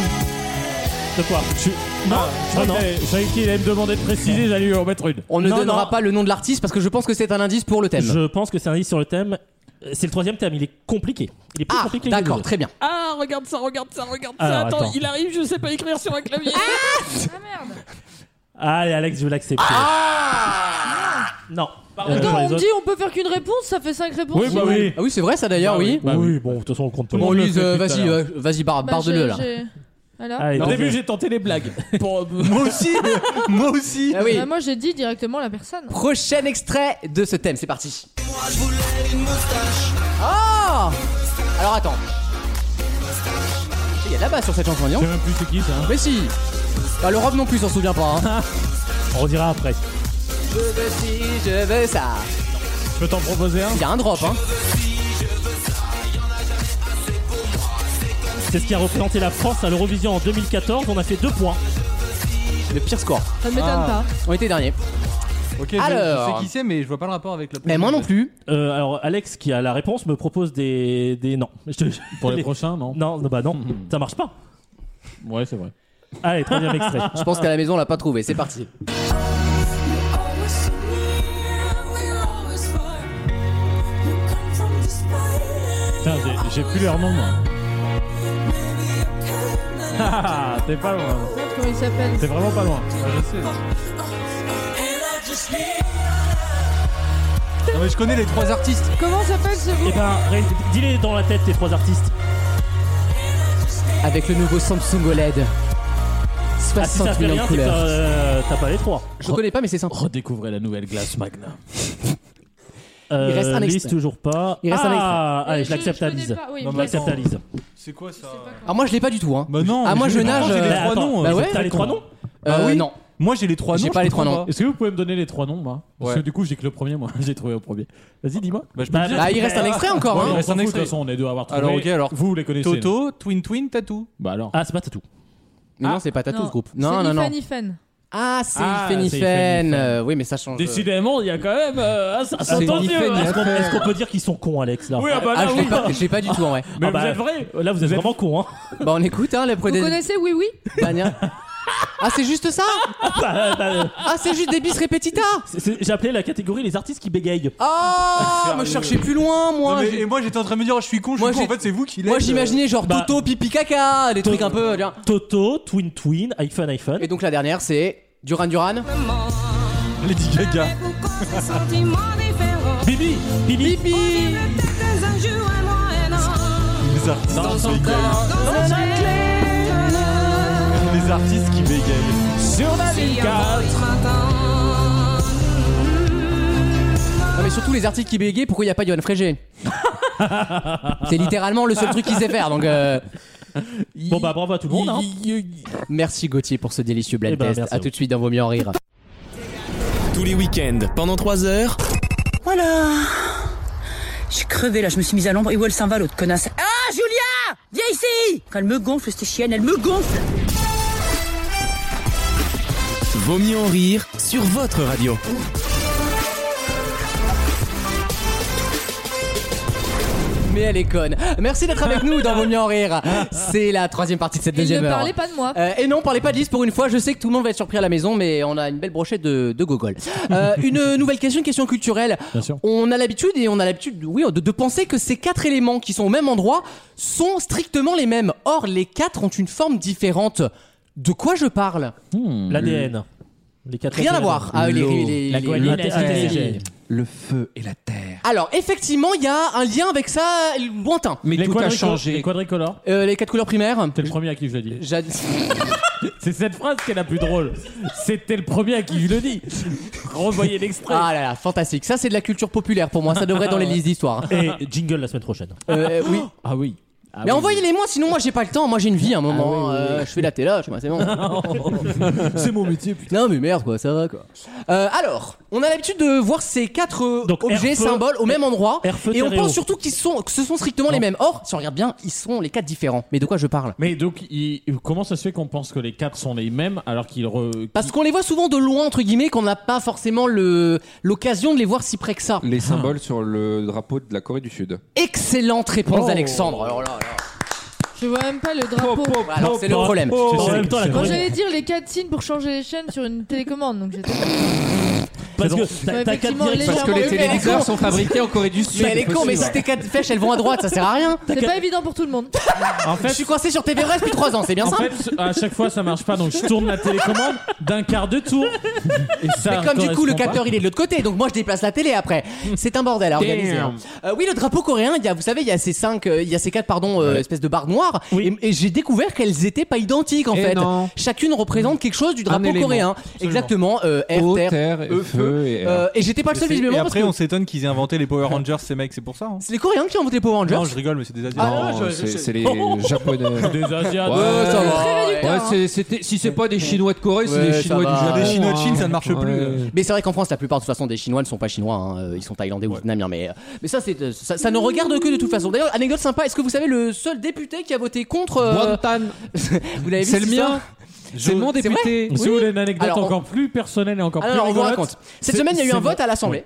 De quoi tu... Non,
Ah,
non,
non. Je savais qu'il allait me demander de préciser, j'allais lui en mettre une.
On ne
Non,
donnera
non.
pas le nom de l'artiste parce que je pense que c'est un indice pour le thème.
Je pense que c'est un indice sur le thème. Euh, C'est le troisième thème, il est compliqué. Il est plus
Ah,
compliqué que les deux
d'accord,
autres.
très bien.
Ah, regarde ça, regarde ça, regarde ça.
Alors,
Attends,
attends.
il arrive, je sais pas écrire sur un clavier.
Allez Alex, je vais l'accepter.
Ah
non. Euh,
Attends,
pour les
on me
autres-
dit on peut faire qu'une réponse, ça fait 5 réponses.
Oui, bah oui.
Ah oui, c'est vrai ça d'ailleurs,
Bah
oui.
oui. Bah
oui, bon, de toute façon, on compte pas.
Bon,
le
Lise,
fait
euh,
tout à
vas-y,
l'heure.
euh, vas-y, barre,
Bah,
barre de
j'ai-
le là.
j'ai- Voilà.
Allez,
Au
donc,
début,
euh,
j'ai tenté les blagues. Pour...
Moi aussi, moi aussi.
Ah oui. Ah.
Bah, moi j'ai dit directement la personne.
Prochain extrait de ce thème, c'est parti. Oh Alors attends. Il y a de la basse sur cette chanson, non
Je sais même plus c'est qui ça. hein.
Mais si Bah, le Rob non plus, on se souvient pas. hein.
on redira après.
je veux ci, je veux ça.
Je peux t'en proposer un
Il y a un drop, hein.
C'est ce qui a représenté la France à l'Eurovision en 2014. On a fait deux points.
Le pire score.
Ça ne m'étonne pas.
On était dernier.
Ok, je-
Alors.
je sais qui c'est, mais je vois pas le rapport avec la.
Mais moi non plus.
Euh, alors Alex, qui a la réponse, me propose des, des... non. Je te-
Pour les prochains, non
Non, non, bah non, ça marche pas.
Ouais, c'est vrai.
Allez, troisième extrait.
Je pense qu'à la maison, on l'a pas trouvé. C'est parti.
Putain, j'ai- j'ai plus leur nom, moi. Ah, T'es pas loin.
Je sais Comment il s'appelle
T'es vraiment pas loin.
Je sais. Non, mais je connais les trois artistes.
Comment s'appelle ce
Eh ben, ré- dis-les dans la tête, les trois artistes.
Avec le nouveau Samsung OLED.
Ah, si ça
60
fait
millions
rien,
de
c'est que
couleurs.
euh, t'as pas les trois.
Je connais pas, mais c'est simple.
Redécouvrez la nouvelle glace Magna.
Euh,
reste un
Lise
extrait.
toujours pas.
Il reste un
ah,
extrait. Je-
allez, je l'accepte
je
à
connais
Lise.
pas, oui,
Je
je
l'accepte à Lise.
C'est quoi ça
Alors moi je l'ai pas du tout. Hein.
Bah non.
Ah, moi,
mais
je
j'ai-
nage,
pourtant, J'ai les
euh,
trois
attends.
noms.
Bah
Est-ce
ouais.
que T'as les trois noms
Bah
Euh,
oui.
Non.
Moi, j'ai les trois noms.
J'ai pas
je
les trois
comprends
noms.
pas.
Est-ce que vous pouvez me donner les trois noms, moi Parce
Ouais.
que du coup, j'ai que le premier, moi. j'ai trouvé au premier. Vas-y, dis-moi.
Bah, je peux
Bah,
te dire.
Bah il reste un extrait encore.
Ouais,
hein.
on
reste
s'en
un
fout, De
extrait.
toute façon, on est deux à avoir trouvé.
Alors, ok, alors.
Vous, vous les connaissez. non
Toto, Twin Twin, Tattoo.
Bah alors.
Ah, c'est pas Tatou.
Mais Non c'est pas Tatou
Non.
ce groupe.
C'est
Non non non.
Ifan Ifan.
Ah c'est
Ah,
Ifen
c'est
Ifen.
Ifen.
Euh, Oui mais ça change. euh.
Décidément, il y a quand même. euh, ah, ça ça
C'est
s'entend
une
mieux,
hyphen,
hein.
Est-ce qu'on est-ce qu'on peut dire qu'ils sont cons, Alex là
Oui, ah bah
Ah
là,
je
oui.
l'ai pas, je l'ai pas du tout en vrai.
Mais
Ah
vous
bah,
êtes vrai
Là, vous êtes vraiment cons, hein.
Bah on écoute hein les
Vous
produits.
connaissez Oui Oui
Ah c'est juste ça Ah c'est juste des bis repetita
C'est- c'est- J'ai appelé la catégorie les artistes qui bégayent.
Ah me cherchez plus loin
Non,
moi.
mais-
j'ai-
Et moi, j'étais en train de me dire, oh, je suis con, je
Moi,
suis con. En
j'ai-
fait, c'est vous qui l'êtes.
Moi j'imaginais genre
Bah-
Toto pipi caca des trucs
Toto-
un peu. genre.
Toto, Twin Twin, iPhone, iPhone.
Et donc la dernière c'est Duran Duran.
Lady Gaga.
Bibi, Bibi.
Pipi.
Les artistes qui bégayent. Les artistes qui bégayent.
Non mais surtout les articles qui bégaient, pourquoi il n'y a pas Johan Frégé C'est littéralement le seul truc qu'il sait faire donc. euh,
Bon bah bravo à tout le monde. hein.
Merci Gauthier pour ce délicieux blind
Eh ben,
test.
merci
à
à
tout
vous.
de suite dans Vos mieux en rire.
Tous les week-ends, pendant 3 heures.
Voilà. Je suis crevée là, je me suis mise à l'ombre. Et où elle s'en va l'autre connasse Ah, Julia Viens ici Quand elle me gonfle, cette chienne, elle me gonfle
Vaut mieux en rire sur votre radio.
Mais elle est conne. Merci d'être avec nous dans Vos mieux en rire. C'est la troisième partie de cette
Et
deuxième
ne
heure.
parlez pas de moi.
Euh, et non, parlez pas de 10 pour une fois. Je sais que tout le monde va être surpris à la maison, mais on a une belle brochette de, de gogol. Euh, une nouvelle question, une question culturelle.
Bien sûr.
On a l'habitude et on a l'habitude, oui, de, de penser que ces quatre éléments qui sont au même endroit sont strictement les mêmes. Or, les quatre ont une forme différente. De quoi je parle
L'ADN. Les quatre
Rien à
ADN.
voir. Ah, les- les- les-
La Ah,
les-
guanine,
les-
la
les-
tyrosine.
les-
Le feu et la terre.
Alors, effectivement, il y a un lien avec ça euh, lointain.
Mais
Les
tout a
quadrico-
changé.
Les quadricolores.
Euh, les quatre couleurs primaires.
T'es le premier à qui je le dis.
Jad-
C'est cette phrase qui est la plus drôle. C'était le premier à qui je le dis. Revoyez l'extrait.
Ah là là, fantastique. Ça, c'est de la culture populaire pour moi. Ça devrait être dans les listes d'histoire.
Et jingle la semaine prochaine.
Euh, oui.
Ah oui. Ah
Mais
oui. Ah
envoyez-les-moi, sinon moi j'ai pas le temps. Moi j'ai une vie à un moment. Euh, je fais la téloche, moi c'est bon.
C'est mon métier, putain.
Non mais merde quoi, ça va quoi. Euh, alors, on a l'habitude de voir ces quatre euh,
Donc,
objets,
air, feu,
symboles au même endroit,
air, feu,
et on
terre et
pense
eau.
surtout qu'ils sont, que ce sont strictement les
Non.
mêmes. Or, si on regarde bien, ils sont les quatre différents. Mais de quoi je parle
Mais donc, il- comment ça se fait qu'on pense que les quatre sont les mêmes alors qu'ils. re-
Parce qu'on les voit souvent de loin entre guillemets, qu'on n'a pas forcément le l'occasion de les voir si près que ça.
Les symboles sur le drapeau de la Corée du Sud.
Oh, Excellente réponse
Oh.
d'Alexandre. Alors là,
Je vois même pas le
Oh,
drapeau.
alors c'est le problème.
C'est-
En
c'est-
même temps, la
c'est-
Moi
Corée-
j'allais dire les quatre signes pour changer les chaînes sur une télécommande donc j'étais.
Parce
C'est
que t'as-
Ouais,
t'as quatre
effectivement,
directions.
Parce que
légèrement-
les
télé-
téléviseurs sont fabriqués en Corée du Sud.
Mais elle est con, mais si tes quatre flèches elles vont à droite, ça sert à rien.
C'est pas évident pour tout le monde.
En
Je
fait,
suis coincé sur TVRS depuis 3 ans, c'est bien
en
simple.
fait, ce- à chaque fois, ça marche pas. Donc, je tourne la télécommande d'un quart de tour. Et ça
Comme du coup le
correspond pas.
capteur il est de l'autre côté, donc moi je déplace la télé après. C'est un bordel à organiser. hein. Euh, oui, le drapeau coréen, il y a, vous savez, il y a ces cinq, euh, il y a ces quatre pardon, euh, espèces de barres noires.
Oui.
Et, et j'ai découvert qu'elles étaient pas identiques en
Eh
fait.
non.
Chacune représente quelque chose du drapeau
élément,
coréen. Exactement. euh, air,
Eau,
terre.
terre, et
euh,
feu et air.
Euh, et j'étais pas le seul
Et
visiblement parce
après,
que
on s'étonne qu'ils aient inventé les
Ah.
Power Rangers, ces mecs, c'est pour ça. hein.
c'est les Coréens qui ont voté Power Rangers.
Non, je rigole, mais c'est des Asiatiques.
Ah, je-
Non,
je-
oh, c'est-
je- Oh.
c'est les Japonais.
Des Asiates.
Ouais,
Euh, ça va,
Très
ouais.
réducteur,
Ouais,
hein.
c'est- c'était- si c'est pas des Chinois de Corée, c'est
Ouais, ça
des Chinois du
va.
Japon.
Les
Chinois de
hein.
Chine, ça ne marche plus.
Ouais.
Mais c'est vrai qu'en France, la plupart de toute façon des Chinois ne sont pas Chinois, hein, euh, ils sont Thaïlandais ou Vietnamiens. Mais, euh, mais ça, c'est, euh, ça, ça ne regarde que de toute façon. D'ailleurs, anecdote sympa, est-ce que vous savez le seul député qui a voté contre euh,
Guantan.
Vous l'avez vu
C'est le
cette
mien.
histoire
C'est mon
C'est vrai
député.
Si vous voulez une anecdote
Alors, on-
encore plus personnelle et encore
Ah non,
plus
non, on vous
rigolote,
raconte. Cette
c'est-
semaine, il y a eu
c'est
un vote
le-
à l'Assemblée.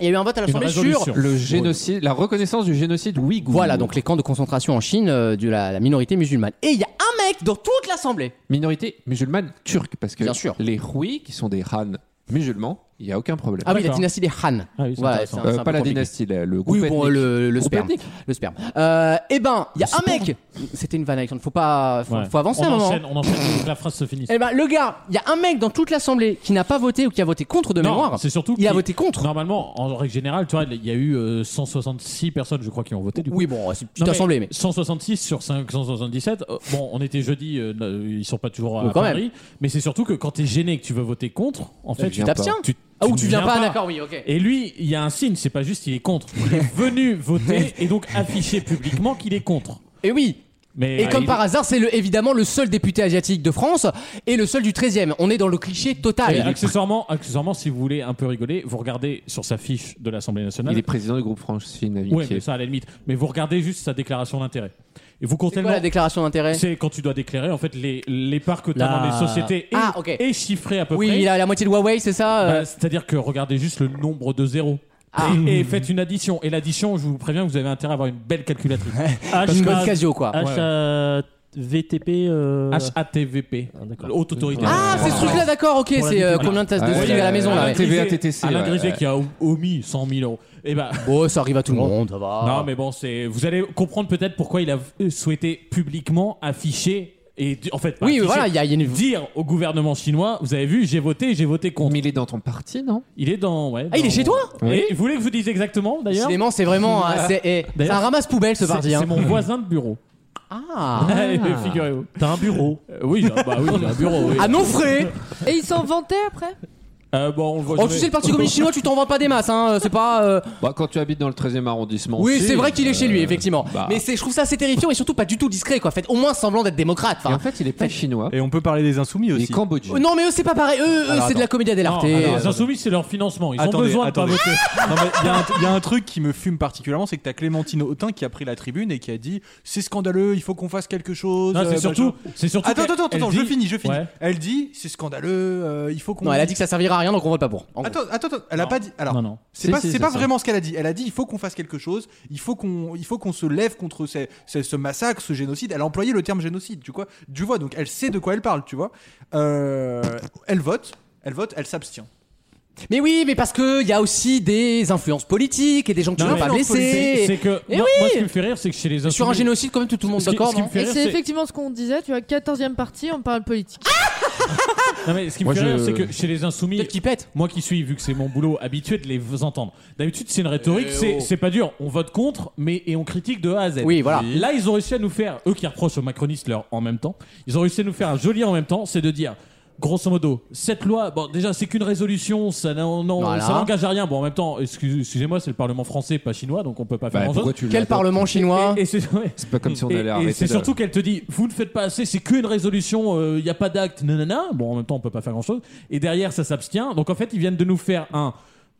Il y a eu un vote à
Une
l'Assemblée sur
résolution.
Le génocide, la reconnaissance du génocide ouïghour.
voilà donc les camps de concentration en Chine euh, de la, la minorité musulmane. Et il y a un mec dans toute l'Assemblée.
Minorité musulmane turque, parce que
Bien sûr.
les Rouis, qui sont des Han musulmans, Il n'y a aucun problème.
Ah oui, la dynastie des Han.
c'est
Voilà,
intéressant.
c'est un- c'est
Euh,
un
pas
peu
la
compliqué.
dynastie, la- le groupe
Oui, bon,
ethnique.
le, le
Groupe
sperme.
ethnique.
Le sperme. Euh, eh ben, il y a un mec. C'était une vanne, Alexandre. Faut pas, faut,
Ouais.
faut avancer
on
un moment. hein.
enchaîne, on enchaîne avant que la phrase se finisse.
Eh ben, le gars, il y a un mec dans toute l'assemblée qui n'a pas voté ou qui a voté contre de
Non,
mémoire.
c'est surtout
Il a
qu'il-
voté contre.
Normalement, en règle générale, tu vois, il y a eu euh, 166 personnes, je crois, qui ont voté. Du coup.
Oui, bon, c'est une petite
Non, mais
assemblée, mais.
166 sur 577. euh, bon, on était jeudi, euh, euh, ils sont pas toujours à
Oui, quand
Paris,
même.
mais c'est surtout que quand t'es gêné et que tu veux voter contre, en fait,
tu t'abstiens.
Tu,
Ah, ou tu
ne
viens pas, d'accord, oui, ok.
Et lui, il y a un signe, c'est pas juste il est contre. Il est venu voter et donc afficher publiquement qu'il est contre.
Et Eh oui.
Mais
Et comme
il-
par hasard, c'est le, évidemment le seul député asiatique de France et le seul du 13e. On est dans le cliché total.
Et accessoirement, accessoirement, si vous voulez un peu rigoler, vous regardez sur sa fiche de l'Assemblée nationale.
Il est président du groupe Francine
Oui,
Amitié.
mais ça à la limite. Mais vous regardez juste sa déclaration d'intérêt. Et vous comptez
C'est quoi
le
la déclaration d'intérêt
C'est quand tu dois déclarer en fait les, les parts que tu as
La-
dans les sociétés et,
Ah, ok.
et chiffré à peu
Oui,
près.
il a la moitié de Huawei, c'est ça euh,
Bah, C'est-à-dire que regardez juste le nombre de zéros.
Ah.
Et, et faites une addition. Et l'addition, je vous préviens, vous avez intérêt à avoir une belle calculatrice.
Ah,
Parce
Une
que-
bonne Casio, quoi.
H A- VTP. euh,
HATVP, haute autorité.
Ah, c'est ce truc-là, d'accord, ok.
Pour la
C'est euh,
victime.
combien de tasses de
Ouais,
fric à la maison là
Alain
ouais.
Griset- Alain Griset qui a omis 100 000 euros. Et ben,
Bon, ça arrive à tout le monde, ça va.
Non, mais bon, c'est. Vous allez comprendre peut-être pourquoi il a euh, souhaité publiquement afficher et di- en fait. pas
Oui,
afficher,
voilà, il y a- il y a une-
dire au gouvernement chinois, vous avez vu, j'ai voté, j'ai voté contre. Mais
il est dans ton parti, non
Il est dans. Ouais.
Ah, il
dans-
est chez toi
Et Vous voulez que je vous dise exactement d'ailleurs
Décidément, c'est vraiment. hein, c'est eh, c'est
D'ailleurs,
un ramasse-poubelle ce
c'est-
parti. hein.
C'est mon voisin de bureau.
Ah
Figurez-vous. T'as un bureau Oui, j'ai- bah oui, j'ai un bureau. oui.
À Ah, non frais
Et ils s'en vantaient après
Euh, bon, on le voit
Oh,
jamais.
tu sais, le Parti communiste chinois, tu t'en vends pas des masses, hein, euh, c'est pas. euh,
Bah, quand tu habites dans le 13e arrondissement.
Oui,
si,
c'est vrai qu'il est chez lui,
euh,
effectivement.
bah.
Mais c'est- je trouve ça assez terrifiant et surtout pas du tout discret, quoi. Faites au moins semblant d'être démocrate.
Et
enfin.
en fait, il est pas chinois.
Et on peut parler des insoumis
Il
aussi.
est cambodgien.
Euh, Non, mais eux, c'est pas pareil. Eux, eux,
Alors,
c'est de la comédie
Non,
dell'arte.
alors, les
Euh,
insoumis, c'est leur financement. Ils ont
Attendez,
besoin
attendez.
de pas voter.
Non, mais il y a un- il y, a un truc qui me fume particulièrement, c'est que t'as Clémentine Autain qui a pris la tribune et qui a dit c'est scandaleux, il faut qu'on fasse quelque chose.
Non, c'est
euh,
surtout-
machin.
c'est surtout
Attends,
qu'elle-
attends,
elle
attends, je
dit-
finis, je finis.
Ouais.
Elle dit c'est scandaleux, euh, il faut qu'on.
Non, elle a dit que ça servira à rien, donc on vote pas pour. En gros.
Attends, attends, attends, elle a pas dit. Alors,
Non, non.
c'est
Si,
pas,
si,
c'est
c'est
pas
ça.
vraiment ce qu'elle a dit. Elle a dit il faut qu'on fasse quelque chose, il faut qu'on, il faut qu'on se lève contre ces- ces- ce massacre, ce génocide. Elle a employé le terme génocide, tu vois. Tu vois, donc elle sait de quoi elle parle, tu vois. Euh, elle vote, elle vote, elle s'abstient.
Mais oui, mais parce que il y a aussi des influences politiques et des gens que tu
Non,
veux
mais
pas blesser.
c'est- C'est que.
Eh
moi, moi, ce qui
oui
me fait rire, c'est que chez les insoumis.
Sur un génocide, quand même, tout, tout le monde hein.
Ce qui-
d'accord,
ce qui me
non
fait
Et
rire,
c'est
c'est-
effectivement ce qu'on disait, tu vois, 14e partie, on parle politique.
Non, mais ce qui me
Moi,
fait
je-
rire, c'est que chez les insoumis,
qui pète.
moi qui suis, vu que c'est mon boulot, habitué de les entendre. D'habitude, c'est une rhétorique,
Euh,
Eh
c'est
oh.
c'est pas dur. On vote contre, mais et on critique de A à Z.
Oui, voilà.
Là, ils ont réussi à nous faire, eux qui reprochent aux macronistes leur en même temps, ils ont réussi à nous faire un joli en même temps, c'est de dire. Grosso modo, cette loi, bon, déjà, c'est qu'une résolution, ça n'en- non,
Voilà.
ça n'engage à rien. Bon, en même temps, excuse- excusez-moi, c'est le Parlement français, pas chinois, donc on peut pas faire
Bah,
grand-chose.
pourquoi tu
Quel
l'adoptes
parlement chinois
Et, et c'est ouais.
C'est pas comme si on
Et-
allait
et
arrêter.
c'est
de-
surtout qu'elle te dit vous ne faites pas assez c'est qu'une résolution il n'y a pas d'acte nanana bon en même temps on peut pas faire grand chose et derrière ça s'abstient donc en fait ils viennent de nous faire un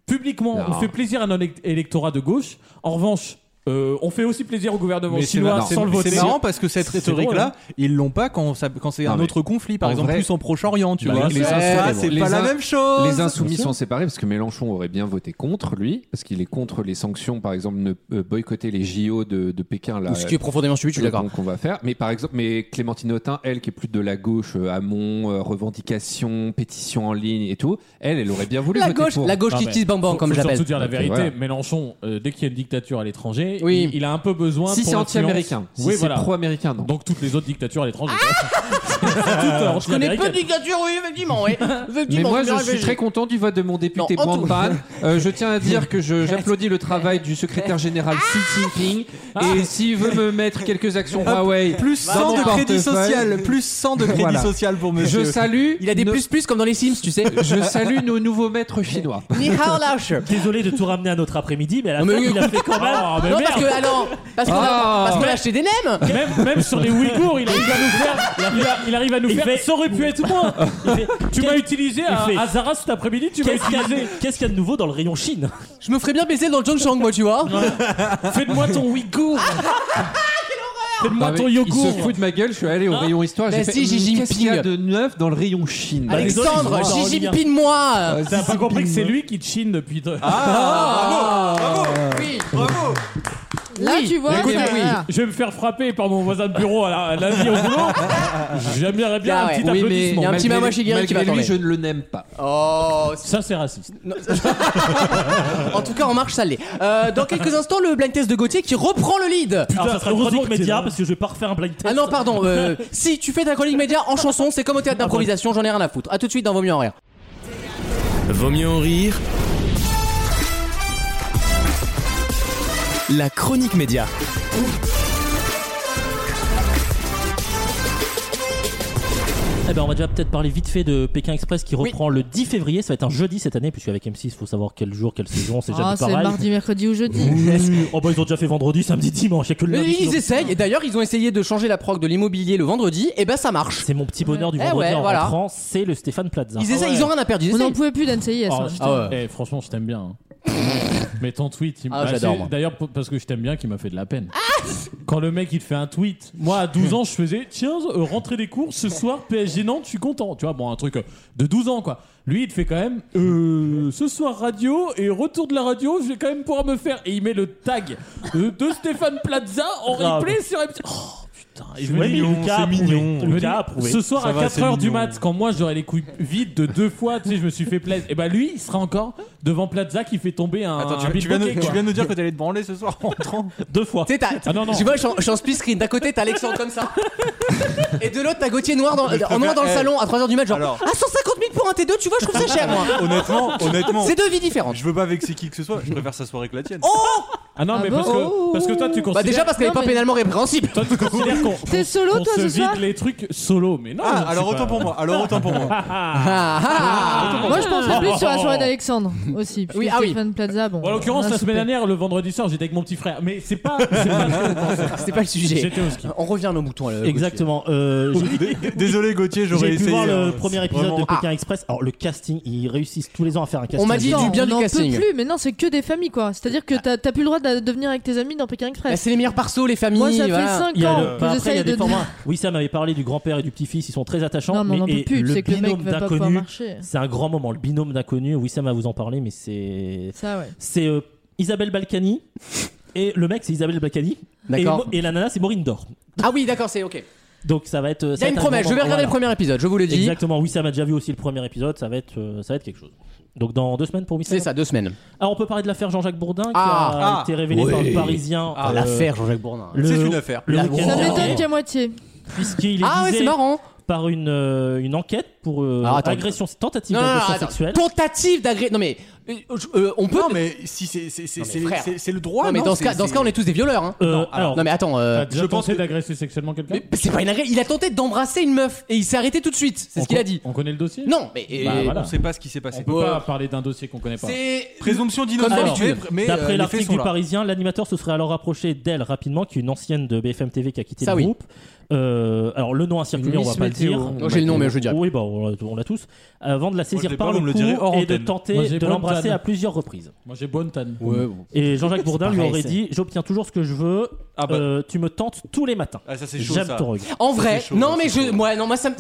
publiquement
Non.
on fait plaisir à notre élect- électorat de gauche en revanche euh, on fait aussi plaisir au gouvernement
Mais c'est
chinois
marrant.
sans le
C'est-
voter
C'est marrant parce que cette
C'est drôle,
rhétorique-là, ils l'ont pas quand, ça- quand c'est
Non,
un
mais
autre conflit, par
en
exemple
vrai-
plus en Proche-Orient, tu
Bah,
vois.
bien
Les
sûr.
Insoumis,
Ouais,
c'est
les
pas la
in-
même chose.
Les insoumis sont séparés parce que Mélenchon aurait bien voté contre lui, parce qu'il est contre les sanctions, par exemple, ne euh, boycotter les JO de, de Pékin. Là,
Ce qui est profondément suivi, je suis
euh,
d'accord.
qu'on- qu'on va faire. Mais par exemple, mais Clémentine Autain, elle qui est plus de la gauche, euh, amont, euh, revendications, pétitions en ligne et tout, elle, elle aurait bien voulu
La
voter
gauche,
pour.
la gauche
Non,
qui
mais
tisse bambam,
Faut-
comme
faut
j'appelle.
surtout dire la
Donc,
vérité
voilà.
Mélenchon euh, dès qu'il y a une dictature à l'étranger
Oui.
il, il a un peu besoin
Si
pour
c'est
l'influence.
anti-américain, si
oui
c'est
voilà
pro-américain, non.
donc toutes les autres dictatures à l'étranger je
On est peu de dictature, oui, effectivement, oui. Effectivement,
Mais moi,
on verra
je suis
bien.
très content du vote de mon député
Non, en tout-
Bamban. Euh, je tiens à dire que je- j'applaudis le travail du secrétaire général Xi
Ah
Jinping. Et s'il veut me mettre quelques actions Huawei,
Plus
dans
100
mon
de crédit
portefeuille,
social, plus 100 de crédit
Voilà.
social pour monsieur.
Je salue.
Il a des
nos-
plus plus comme dans les Sims, tu sais.
Je salue nos nouveaux maîtres chinois.
Ni hao lao shi.
Désolé de tout ramener à notre après-midi, mais à la
Non, mais
fin,
oui,
il a fait quand même.
Ah, mais
Non,
merde.
parce que, alors, parce qu'on a,
Ah.
parce qu'on a acheté des nems.
même, même sur les Ouïghours, il arrive à nous faire. Il, a- il arrive à nous
Il
faire.
fait-
Ça aurait pu être moi.
Il fait-
Tu m'as utilisé à,
fait-
à Zara cet après-midi. Tu m'as
Qu'est-ce qu'il y,
utilisé.
a- qu'est-ce qu'il y a de nouveau dans le rayon Chine
Je me ferais bien baiser dans le Zhongshang, moi, tu vois.
Fais de moi ton Ouïghour.
Ah,
Fais de
Non,
moi
Ah, mais
ton
il se
yogourt.
fout de ma gueule, je suis allé au rayon histoire, j'ai
Bah
fait
si, Xi
"Hmm, qu'est-ce qu'il y a
Jinping.
de neuf dans le rayon Chine
Allez,
Alexandre,
Désolé,
Xi
je vois.
Jinping, moi.
T'as pas compris que c'est lui qui te chine depuis. deux-
Ah,
Oui.
bravo, bravo.
Là, tu vois,
Écoute,
ça- voilà.
je vais me faire frapper par mon voisin de bureau à la, à la vie au boulot. J'aimerais bien
Ah
un
ouais.
petit
Oui, mais
applaudissement.
il y a un petit
Malgré-
maman Shigeri qui va
malgré lui,
attendre.
Je ne le n'aime pas.
Oh,
je- Ça, c'est raciste.
en tout cas, en marche, ça l'est. Euh, dans quelques instants, le blind test de Gauthier qui reprend le lead.
Putain, ça sera hein. une chronique média parce que je vais pas refaire un blind test.
Ah non, pardon. euh, si tu fais ta chronique média en chanson, c'est comme au théâtre d'improvisation, j'en ai rien à foutre. À tout de suite dans Vaut mieux en rire.
Vaut mieux en rire. La chronique média.
Eh ben, on va déjà peut-être parler vite fait de Pékin Express qui reprend le 10 février. Ça va être un jeudi cette année, puisque avec M6, il faut savoir quel jour, quelle saison, c'est
Ah,
jamais
c'est
pareil.
mardi, mercredi ou jeudi.
Oui. Oh bah ils ont déjà fait vendredi, samedi, dimanche, il y a que le
Mais
lundi. qui
ils
l'ont-
essayent. Et d'ailleurs, ils ont essayé de changer la prog de l'immobilier le vendredi. Et ben, ça marche.
C'est mon petit bonheur du
Eh
vendredi
ouais,
en
voilà.
rentrant, c'est le Stéphane Plaza.
Ils essayent. Ils ont rien à perdre. Ils
On n'en
essayent.
pouvait plus d'NCIS.
Oh,
hein.
je
Ah
t'aime- eh, franchement, je t'aime bien. hein. Mais ton tweet, il m-
Ah,
bah,
j'adore,
c'est-
moi. Ah
D'ailleurs, p- parce que je t'aime bien, qui m'a fait de la peine. Quand le mec, il te fait un tweet. Moi, à 12 ans, je faisais Tiens, euh, rentrée des cours, ce soir, PSG Nantes, je suis content. Tu vois, bon, un truc euh, de 12 ans, quoi. Lui, il te fait quand même euh, Ce soir, radio, et retour de la radio, je vais quand même pouvoir me faire. Et il met le tag euh, de Stéphane Plaza en
Grave.
replay sur M6. Oh, putain.
Ah,
Et je me
Ouais,
dis,
mais Lucas a
c'est
approuvé.
mignon.
je me
Lucas
dis,
a approuvé.
Ce soir
Ça
à
va, c'est
4h du
mignon.
mat, quand moi j'aurais les couilles vides de deux fois, tu sais, je me suis fait plaisir. Et bah lui, il sera encore devant Plaza qui fait tomber un.
Attends,
un
tu, tu viens, de-
bilboquet,
tu
Ah. quoi.
viens de nous dire que t'allais te branler ce soir en rentrant.
Deux fois.
Tu sais, t'as-
Ah non, non.
Tu vois, je suis en split screen. D'un côté, t'as Alexandre comme ça. Et de l'autre, t'as Gauthier noir dans, en noir dans le
eh.
salon à 3h du mat. Genre,
Alors.
ah, 150 000 pour un T2, tu vois, je trouve ça cher, moi.
Honnêtement, honnêtement,
C'est Oh, deux vies différentes.
je veux pas vexer qui que ce soit, je préfère sa soirée que la tienne.
Ah non,
Ah
mais
bon
parce, que, parce que toi tu
Bah,
considères.
déjà parce qu'elle est
Non,
pas
mais-
pénalement répréhensible.
Toi tu considères qu'on.
T'es
qu'on-
solo,
qu'on
toi,
se
ce soir
vide les trucs solo, mais non.
Ah,
c'est
alors
pas-
autant pour moi, alors autant pour moi.
Ah, ah.
Moi, je penserais plus sur la soirée d'Alexandre aussi.
Oh. Oui,
oui,
ah oui.
Stéphane Plaza, bon.
Bon, en l'occurrence,
on a
la semaine
soupé.
dernière, le vendredi soir, j'étais avec mon petit frère. Mais c'est pas. C'est pas ce que vous pensez.
ah. C'était pas le sujet.
J'étais au ski.
On revient à nos moutons. là, Gauthier.
Exactement. euh, j'ai-
Désolé Gauthier, j'aurais
J'ai pu
essayé.
voir le
hein.
premier épisode
Vraiment.
de Pékin Express. Alors, le casting, ils réussissent tous les ans à faire un casting.
m'a dit
génial.
du bien
on n'en peut
casting.
plus, mais non, c'est que des familles, quoi. C'est-à-dire que t'as t'as plus le droit de de venir avec tes amis dans Pékin
Bah,
Express.
c'est les meilleurs parceaux, les familles.
Moi, ça fait
voilà.
5
Il y a le-
ans
bah,
que
après, il y
j'essaye
a des
de.
formats. Oui, Sam avait parlé du grand-père et du petit-fils, ils sont très attachants.
Non, mais on n'en peut
et
plus.
le
C'est que le mec
binôme
va pas pouvoir
d'inconnus,
marcher.
C'est un grand moment. Le binôme d'inconnus, oui, Sam va vous en parler, mais c'est.
Ça, ouais.
C'est euh, Isabelle Balkany. Et le mec, c'est Isabelle Balkany. Et,
D'accord.
Mo- et la nana, c'est Maureen Dor.
Ah oui, d'accord, c'est ok.
Donc ça va être.
Il y a une promesse, je vais regarder le premier épisode, je vous le dis.
Exactement, oui, Sam a déjà vu aussi le premier épisode, ça va être, euh, ça va être quelque chose. Donc dans deux semaines pour Wissam
C'est ça, deux semaines.
Ah, on peut parler de l'affaire Jean-Jacques Bourdin qui
Ah,
a
ah,
été révélée par le Parisien. euh,
Jean-Jacques Bourdin.
le-
C'est une affaire.
le
La-
week-end
Ça
Oh.
m'étonne
dernier,
qu'à moitié.
Puisqu'il est
Ah ouais, c'est
visé
marrant.
par une, euh, une enquête pour euh,
Alors, attends.
agression, tentative
Non, non, non,
d'agression
attends.
sexuelle.
Tentative d'agression. Non, mais euh, je- euh, on peut.
Non mais si c'est c'est c'est
Non, mais
c'est-
frère.
c'est- c'est le droit.
Non, mais dans, ce
c'est- Ah,
cas, dans ce cas, on est tous des violeurs. Hein.
Euh, alors,
Non, mais attends. euh,
T'as déjà
je pense
tenté
que-
d'agresser sexuellement quelqu'un
mais c'est pas une agré- Il a tenté d'embrasser une meuf et il s'est arrêté tout de suite. C'est
On
ce qu'il a
co-
dit.
On connaît le dossier
Non, mais. euh,
Bah,
On
voilà.
sait pas ce qui s'est
On
passé.
peut
Ouais.
pas parler d'un dossier qu'on connaît pas.
C'est.
Présomption d'innocence.
Comme
mais-
d'habitude.
mais, euh,
D'après
les faits
l'article
sont
du
là.
Parisien, l'animateur se serait alors rapproché d'elle rapidement, qui est une ancienne de BFM TV qui a quitté
Ça,
le
oui.
groupe. Euh, alors le nom a circulé, on va
Miss
pas le
Météo.
dire.
Moi, j'ai le nom, mais je le dirai.
Oui, bah, on l'a- on l'a tous. Avant de la
je
saisir
l'ai
par
pas,
le
on me le
cou
dirait hors
et de
antenne.
tenter
Moi, j'ai
de
pas
l'embrasser
antenne.
à plusieurs reprises.
Moi j'ai bonne tanne.
Ouais, bon.
Et Jean-Jacques Bourdin lui
pareil,
aurait
c'est-
dit J'obtiens toujours ce que je veux,
Ah bah.
euh, tu me tentes tous les matins.
Ah ça c'est chaud
J'aime
ça.
ton regard.
En vrai,
chaud, hein,
non, mais
c'est
je.
chaud.
Moi, non, moi, ça me-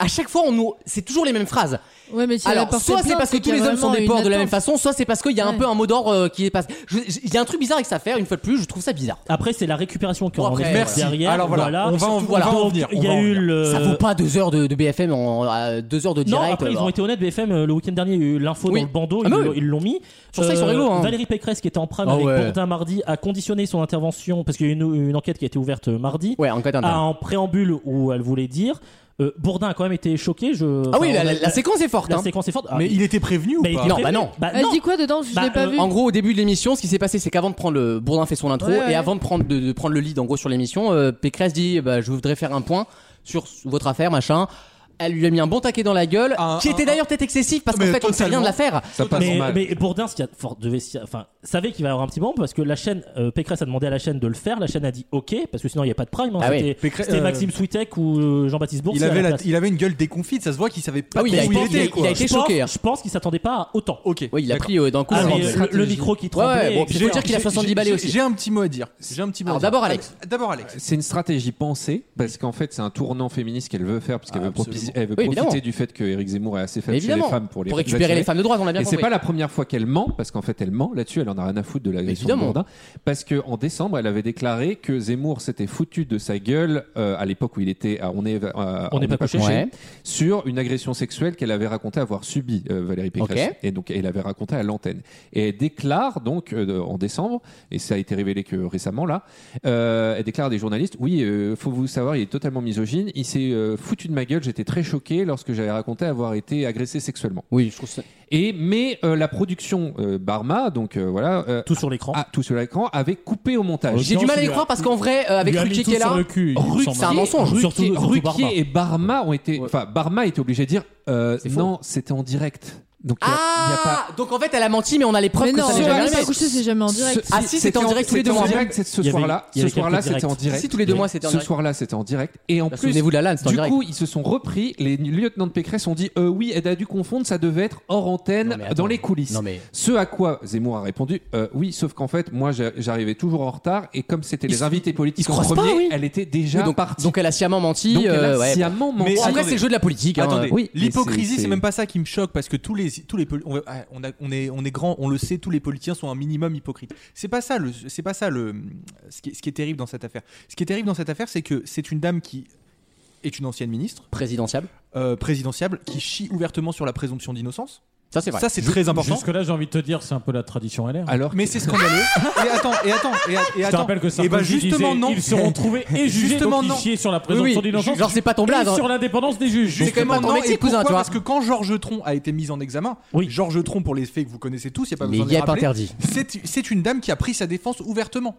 À chaque fois, on nous. C'est toujours les mêmes phrases.
Ouais, mais si elle a
Alors,
porté
soit c'est
plainte,
parce que tous
qu'il y a
les hommes sont
vraiment
des
une
porcs de la
attente.
même façon, soit c'est parce qu'il y a un
Ouais.
peu un mot d'ordre euh, qui est passé. Je- je- Il y a un truc bizarre avec cette affaire, une fois de plus, je trouve ça bizarre.
Après, c'est la récupération qui
Bon,
en
après,
est
merci.
derrière.
Alors voilà, on va en,
Surtout,
on va
voilà.
en
Donc,
venir.
Il y
on va
a
en
eu
venir.
le.
Ça vaut pas deux heures de, de BFM, en, à deux heures de
Non,
direct.
après, ils
alors.
ont été honnêtes, BFM, euh, le week-end dernier, il y a eu l'info
Oui.
dans le bandeau,
Ah
ils
bah
l'ont-
oui.
ils l'ont mis.
Sur ça, ils sont rigolos, hein.
Valériie Pécresse, qui était en prime
Ah
avec
ouais.
Bourdin mardi, a conditionné son intervention, parce qu'il y a eu une, une enquête qui a été ouverte euh, mardi,
Ouais, ah, en cas d'intérêt.
à un préambule où elle voulait dire. euh, Bourdin a quand même été choqué. Je...
Ah oui,
enfin,
la,
on a-
la- la séquence est forte.
la
hein.
séquence est forte. Ah,
Mais il était prévenu ou
bah, il
pas
était
Non,
prévu.
bah non.
Bah,
Elle
non.
dit quoi dedans Je
Bah,
l'ai pas
euh,
vu.
En gros, au début de l'émission, ce qui s'est passé, c'est qu'avant de prendre le Bourdin fait son intro
Ouais, ouais.
et avant de prendre de, de prendre le lead en gros sur l'émission, euh, Pécresse dit bah, je voudrais faire un point sur s- votre affaire, machin. Elle lui a mis un bon taquet dans la gueule,
Ah,
Un-
qui était
un-
d'ailleurs peut-être excessif parce qu'en
Mais
fait on ne sait rien de
totalement.
l'affaire.
Ça passe
mais,
mal.
mais Bourdin ce qu'il y a- fort, devait s'y- enfin, savait qu'il va y avoir un petit moment parce que la chaîne euh, Pécresse a demandé à la chaîne de le faire. La chaîne a dit OK parce que sinon il n'y a pas de prime. hein.
Ah oui.
C'était
Pécresse-
c'était
euh,
Maxime Switek ou euh, Jean-Baptiste Bourg.
Il avait, la- il avait une gueule déconfite, ça se voit qu'il savait pas
Ah oui, il a été-
où il
il a-
était.
il a
quoi.
été- choqué, hein.
Je pense qu'il s'attendait pas à autant.
Ok.
Oui, il a
d'accord.
pris euh, d'un coup.
Ah,
un
mais
grand-
le- le, micro qui
Ouais, ouais,
tremblait.
bon,
etc.
je veux dire qu'il a
J'ai-
70 balais
j'ai-
aussi.
J'ai un petit mot à dire. J'ai un petit mot. à
Alors,
dire.
d'abord, Alex.
Ah,
D'abord Alex.
C'est une stratégie pensée parce qu'en fait c'est un tournant féministe qu'elle veut faire parce qu'elle
Ah,
veut, propi-
absolument.
elle veut
Oui,
profiter
évidemment.
du fait que Éric Zemmour est assez
Mais
faible chez les
évidemment,
femmes pour les
récupérer les
attirer.
femmes de droite, on l'a bien
Et c'est
compris.
pas la première fois qu'elle ment parce qu'en fait elle ment là-dessus elle en a rien à foutre de l'agression de
Évidemment.
Bourdin. Parce qu'en décembre, elle avait déclaré que Zemmour s'était foutu de sa gueule euh, à l'époque où il était à On est, euh,
On n'est pas couché. Ouais.
sur une agression sexuelle qu'elle avait raconté avoir subie, euh, Valérie Pécresse.
Ok.
Et donc, elle avait raconté à l'antenne. Et elle déclare donc euh, en décembre, et ça a été révélé que récemment là, euh, elle déclare à des journalistes Oui, euh, faut vous savoir, il est totalement misogyne. Il s'est euh, foutu de ma gueule. J'étais très choqué lorsque j'avais raconté avoir été agressé sexuellement.
Oui, je trouve ça.
Et mais euh, la production euh, Barma, donc euh, voilà, euh,
Tout sur l'écran.
ah, tout sur l'écran, avait coupé au montage.
J'ai du mal à y croire parce qu'en vrai, euh, avec
lui a mis
Ruquier
tout
qui est là.
sur le cul, il me
Ruquier,
semble.
c'est un mensonge.
Ruquier-
Surtout- surtout
Ruquier
Barma.
et Barma ont été, enfin Barma était obligé de dire euh,
C'est faux.
non, c'était en direct. Donc il y a- il y a pas-
Ah Donc en fait, elle a menti, mais on a les preuves
Mais
que
non,
ça n'est
on
jamais
n'est pas
arrivé.
couché, c'est jamais en direct.
Ah si, c'était en direct tous les deux
c'était en
mois.
direct, c'est ce
Il y avait-
soir-là.
il y
Ce
avait
soir-là,
quelques
c'était en
directs.
direct.
Si, tous les deux mois, c'était en
Ce
direct.
soir-là, c'était en direct. Et en
Bah,
plus,
Souvenez-vous de la LAN, c'était en
du
direct.
coup, ils se sont repris. Les lieutenants de Pécresse ont dit euh, oui, elle a dû confondre, ça devait être hors antenne,
Non, mais attends.
dans les coulisses.
Non, mais-
Ce à quoi Zemmour a répondu euh, oui, sauf qu'en fait, moi, j'a- j'arrivais toujours en retard et comme c'était les invités politiques
se
en
croisent pas,
premier,
oui.
elle était
Oui,
déjà
donc,
partie.
donc elle a sciemment menti.
Donc, elle a
euh, ouais.
sciemment menti.
Mais
En vrai,
attendez.
c'est le jeu de la politique. hein.
Attendez,
oui, mais c'est-
l'hypocrisie,
c'est-
c'est même pas ça qui me choque parce que tous les tous les poli- on, va- ah, on a- on est on est grand, on le sait, tous les politiciens sont un minimum hypocrites. C'est pas ça le c'est pas ça le ce qui, est- ce qui est terrible dans cette affaire. Ce qui est terrible dans cette affaire, c'est que c'est une dame qui est une ancienne ministre
Présidentiable.
euh, présidentiable qui chie ouvertement sur la présomption d'innocence.
Ça, c'est vrai.
Ça c'est très important.
Jusque-là, j'ai envie de te dire, c'est un peu la tradition LR.
Alors,
Mais c'est scandaleux. et attends, et attends, et, a- et
Je te
attends.
rappelle que
et
Sarkozy
ben justement
disait,
non.
ils seront trouvés et jugés
Justement,
donc ils
non.
chiaient sur la
Oui,
présomption
oui,
d'innocence
Genre, c'est pas ton
et
blague. hein.
sur l'indépendance des juges.
C'est quand même
Justement,
pas ton
non, et
ex-cousin,
pourquoi
tu vois.
Parce que quand Georges Tron a été mis en examen,
Oui.
Georges Tron, pour les faits que vous connaissez tous, il n'y a pas
Les
besoin de les
yep
rappeler,
interdits.
c'est c'est une dame qui a pris sa défense ouvertement.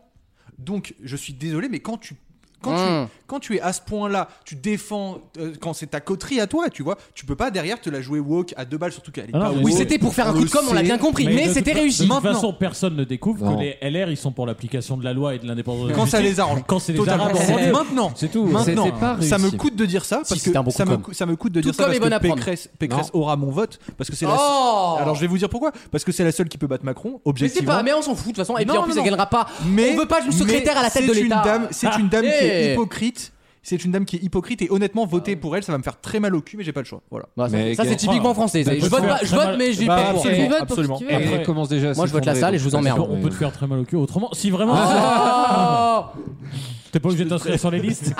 Donc, je suis désolé, mais quand tu. Quand,
Mm.
tu, quand tu es à ce point-là, tu défends euh, quand c'est ta coterie à toi, tu vois. Tu peux pas derrière te la jouer woke à deux balles, surtout qu'elle est
Ah
pas
non, mais
woke.
Oui, c'était pour faire un
On
coup de
le
com', on l'a
sait.
bien compris, mais,
de
c'était
toute-
réussi.
De toute
Maintenant.
façon, personne ne découvre
Non.
que les LR, ils sont pour l'application de la loi et de l'indépendance. de la
Quand ça
justice.
les arrange.
Quand c'est les
Totalement.
arabes. en
C'est-
rendez-vous.
Maintenant,
Ah
C'est tout.
Maintenant,
C'était pas
ça me
réussi.
coûte de dire ça parce
c'était un
que
bon
ça
coup
me,
de com'.
cou- ça me coûte de dire
Tout
ça
comme
parce
est bon à
que
prendre.
Pécresse, Pécresse aura mon vote parce que c'est la.
Oh
Alors je vais vous dire pourquoi parce que c'est la seule qui peut battre Macron
Mais c'est
objectivement.
pas, mais on s'en fout de toute façon. Et puis
Non,
en plus,
non,
elle
non.
gagnera pas.
Mais-
on veut pas une secrétaire
mais
à la tête
c'est
de
une
l'État.
dame- C'est une dame qui
Eh.
est hypocrite. C'est une dame qui est hypocrite et honnêtement voter pour elle ça va me faire très mal au cul mais j'ai pas le choix. Voilà.
Bah, ça,
Mais
ça, c'est
gars,
typiquement français. ça.
on
Je
peut
vote,
faire
pas, je
très
vote
mal-
mais je vais
Bah,
pas pour.
absolument.
Tu votes pour ce que tu veux.
Et elle commence déjà à
Moi,
se
je vote la
fonder,
salle et
donc,
je vous emmerde.
façon,
On peut te faire très mal au cul. Autrement, si vraiment
Ah. Oh
t'es pas obligé de t'inscrire sur les listes,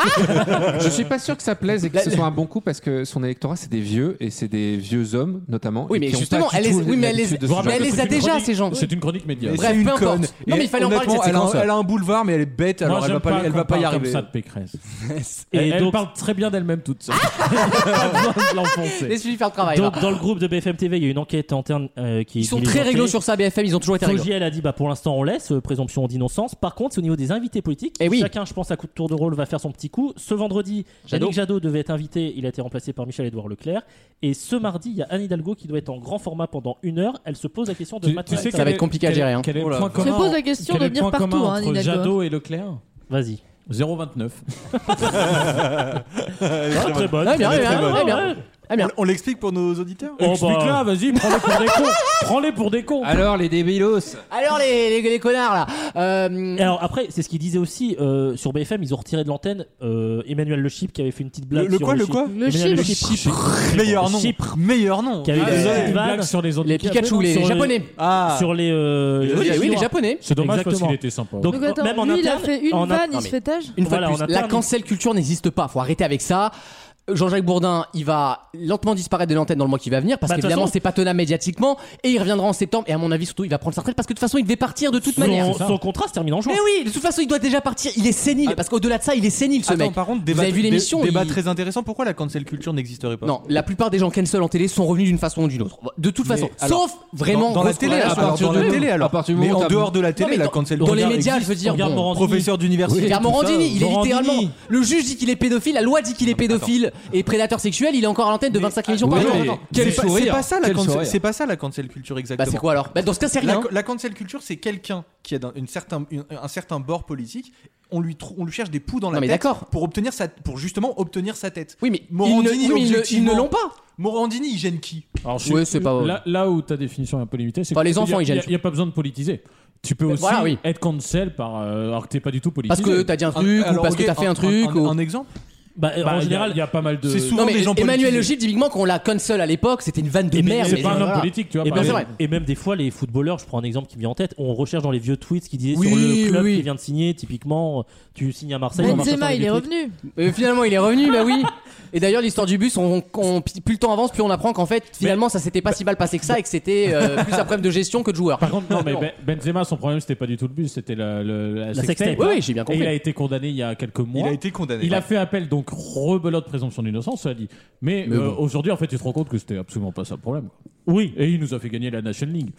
Je suis pas sûr que ça plaise et que
La-
ce soit un bon coup parce que son électorat c'est des vieux et c'est des vieux hommes notamment.
Oui,
et
mais
qui ont
justement,
pas du
elle les-
tout
oui, mais elle les-
l'habitude
Je
de ce
vous
Mais
rappelle
elle
que
les
c'est
a
une
déjà,
chronique-
ces gens.
C'est une chronique média.
Mais
Bref,
c'est une
peu importe.
conne.
Non, mais il
Et
fallait en parler de
honnêtement,
cette
elle a, un-
séquence.
elle a un boulevard mais elle est bête alors
Moi,
elle va
j'aime
pas, elle
qu'on
va pas y
parle
arriver.
Comme ça de Pécresse.
Et,
Et elle
donc,
parle très bien d'elle-même toute seule. Pas besoin de l'enfoncer.
Laisse-lui faire le travail.
donc,
va.
dans le groupe de BFM TV, il y a une enquête interne euh, qui.
Ils sont
qui Ah, les
très
a fait.
réglo sur ça, BFM, ils ont toujours été réglo.
Tangier, elle a dit bah, pour l'instant on laisse, euh, présomption d'innocence. Par contre, c'est au niveau des invités politiques.
Eh oui.
Chacun, je pense, à coup de tour de rôle va faire son petit coup. Ce vendredi,
Jadot.
Yannick Jadot devait être invité, il a été remplacé par Michel-Édouard Leclerc. Et ce mardi, il y a Anne Hidalgo qui doit être en grand format pendant une heure. Elle se pose la question de
Tu-
Mathieu.
tu sais
ça
quel
va
est-
être compliqué à
quel-
gérer, hein.
Quel est le
Oula.
point
Se
commun
pose la question
quel
de
est le
venir
point
partout,
commun
hein,
entre
Nina Johan
Jadot et Leclerc
Vas-y.
0,29.
Oh,
Ah, très bonne.
Ah, bien,
très
bien,
bonne.
bien, bien.
Ouais.
Ah, bien.
On l'explique pour nos auditeurs.
Oh, bah.
Explique-la, vas-y, prends-les pour des cons. Prends-les pour des cons.
Alors les débilos
Alors, les, les, les connards là. Euh,
Et alors après, c'est ce qu'il disait aussi euh, sur BFM, ils ont retiré de l'antenne euh, Emmanuel Le Chypre qui avait fait une petite blague.
Le, le
sur
quoi le quoi
Le
Emmanuel
chiffre.
Le Euh, Chypre.
Meilleur nom.
Chypre.
Meilleur nom.
Qui avait
Ah,
fait une
c'est
petite
une blague
vanne
sur les
les
handicapés,
Pikachu,
non,
les,
sur
euh,
les japonais.
Ah.
sur les. euh,
Oui,
les
oui, les
Chinois.
japonais.
C'est dommage parce
Exactement.
qu'il était sympa.
Donc,
Donc attends,
même en
lui, il a
interne,
fait une
en interne-
vanne, il
non,
se
mais-
fait tâche.
Une fois
Voilà,
de
en
plus, la
interne,
cancel culture n'existe pas. Faut arrêter avec ça. Euh, Jean-Jacques Bourdin, il va lentement disparaître de l'antenne dans le mois qui va venir parce
Bah, de toute
qu'évidemment
façon-
c'est pas tenable médiatiquement et il reviendra en septembre et à mon avis surtout il va prendre sa retraite parce que de toute façon il devait partir de toute manière.
son, son contrat se termine en juin.
Mais oui, de toute façon il doit déjà partir. Il est sénile parce qu'au-delà de ça il est sénile ce
Attends,
mec.
par contre,
Vous
débat,
avez vu
dé-
l'émission
débat
il-
très intéressant. Pourquoi la cancel culture n'existerait pas
Non, la plupart des gens cancel en télé sont revenus d'une façon ou d'une autre. De toute
Mais
façon,
alors,
sauf vraiment
dans, dans la
grosse-
télé,
Ouais,
alors,
à partir
dans
de-
la télé, alors.
à partir du
mais
moment où
en
t'as-
dehors de la
mais
télé, la
dans-
cancel
dans
culture
les médias,
existe.
je veux dire,
Regarde
bon,
Morandini.
professeur d'université.
Regarde
tout ça.
Morandini, il est
Morandini.
littéralement. Le juge dit qu'il est pédophile, la loi dit qu'il est pédophile et prédateur sexuel, il est encore à l'antenne de 25 émissions par
oui,
jour.
mais-
Attends.
C'est
Quel
pas- C'est
sourire.
pas ça la
Quel
cancel-
sourire.
c'est pas ça la cancel culture
Bah c'est
exactement.
quoi alors Bah dans ce cas c'est rien.
La, la cancel culture, c'est quelqu'un qui a d'un- une certain, une- un certain bord politique. On lui, trou- on lui cherche des poux dans la
Non, mais
tête
d'accord.
pour obtenir sa, pour justement obtenir sa tête.
Oui, mais
Morandini,
ils ne, oui, ils ne- ils
objectivement.
ne l'ont pas.
Morandini, il gêne qui
Alors, je
Ouais,
suis-
c'est pas-
Là, là où ta définition est un peu limitée, c'est
Enfin,
que
les
tu peux
enfants,
dire,
ils gênent.
y a- Il n'y a pas besoin de politiser. Tu peux aussi
Voilà, oui.
être cancel par, euh, alors que t'es pas du tout politisé.
Parce que t'as dit un truc, ou
alors,
parce
ok,
que t'as fait un truc.
Un,
ou-
un exemple
Bah,
Bah, il y
en
a-
général,
il y a pas mal de.
C'est souvent
Non, mais
des gens
Emmanuel Le
politisés.
Gip, typiquement, quand on la console à l'époque, c'était une
Eh
vanne de
Et
ben,
mais-
merde.
c'est
mais
pas un homme
voilà.
politique, tu vois,
Et
par
bien, c'est
exemple.
vrai.
Et même des fois, les footballeurs, je prends un exemple qui me vient en tête, on recherche dans les vieux tweets ce qu'ils disaient
Oui,
sur le club
oui.
qui vient de signer. Typiquement, euh, tu signes à Marseille. on marche sur
Benzema,
les
il est
vieux tweets.
revenu.
Euh, finalement, il est revenu, bah oui. Et d'ailleurs, l'histoire du bus, on, on- plus le temps avance, plus on apprend qu'en fait, finalement, ça s'était pas si mal passé que ça et que c'était euh, plus un problème de gestion que de joueur.
Par contre, non, mais Ben- Benzema, son problème, c'était pas du tout le bus, c'était la, le- la,
La
sextape.
sextape.
Oui, oui, j'ai bien
Et il a
compris.
été condamné il y a quelques
Il
mois.
a été condamné.
Il a fait appel, donc rebelote présomption d'innocence, ça dit. Mais,
Mais
euh,
bon.
aujourd'hui, en fait, tu te rends compte que c'était absolument pas ça le problème.
Oui.
Et il nous a fait gagner la National League.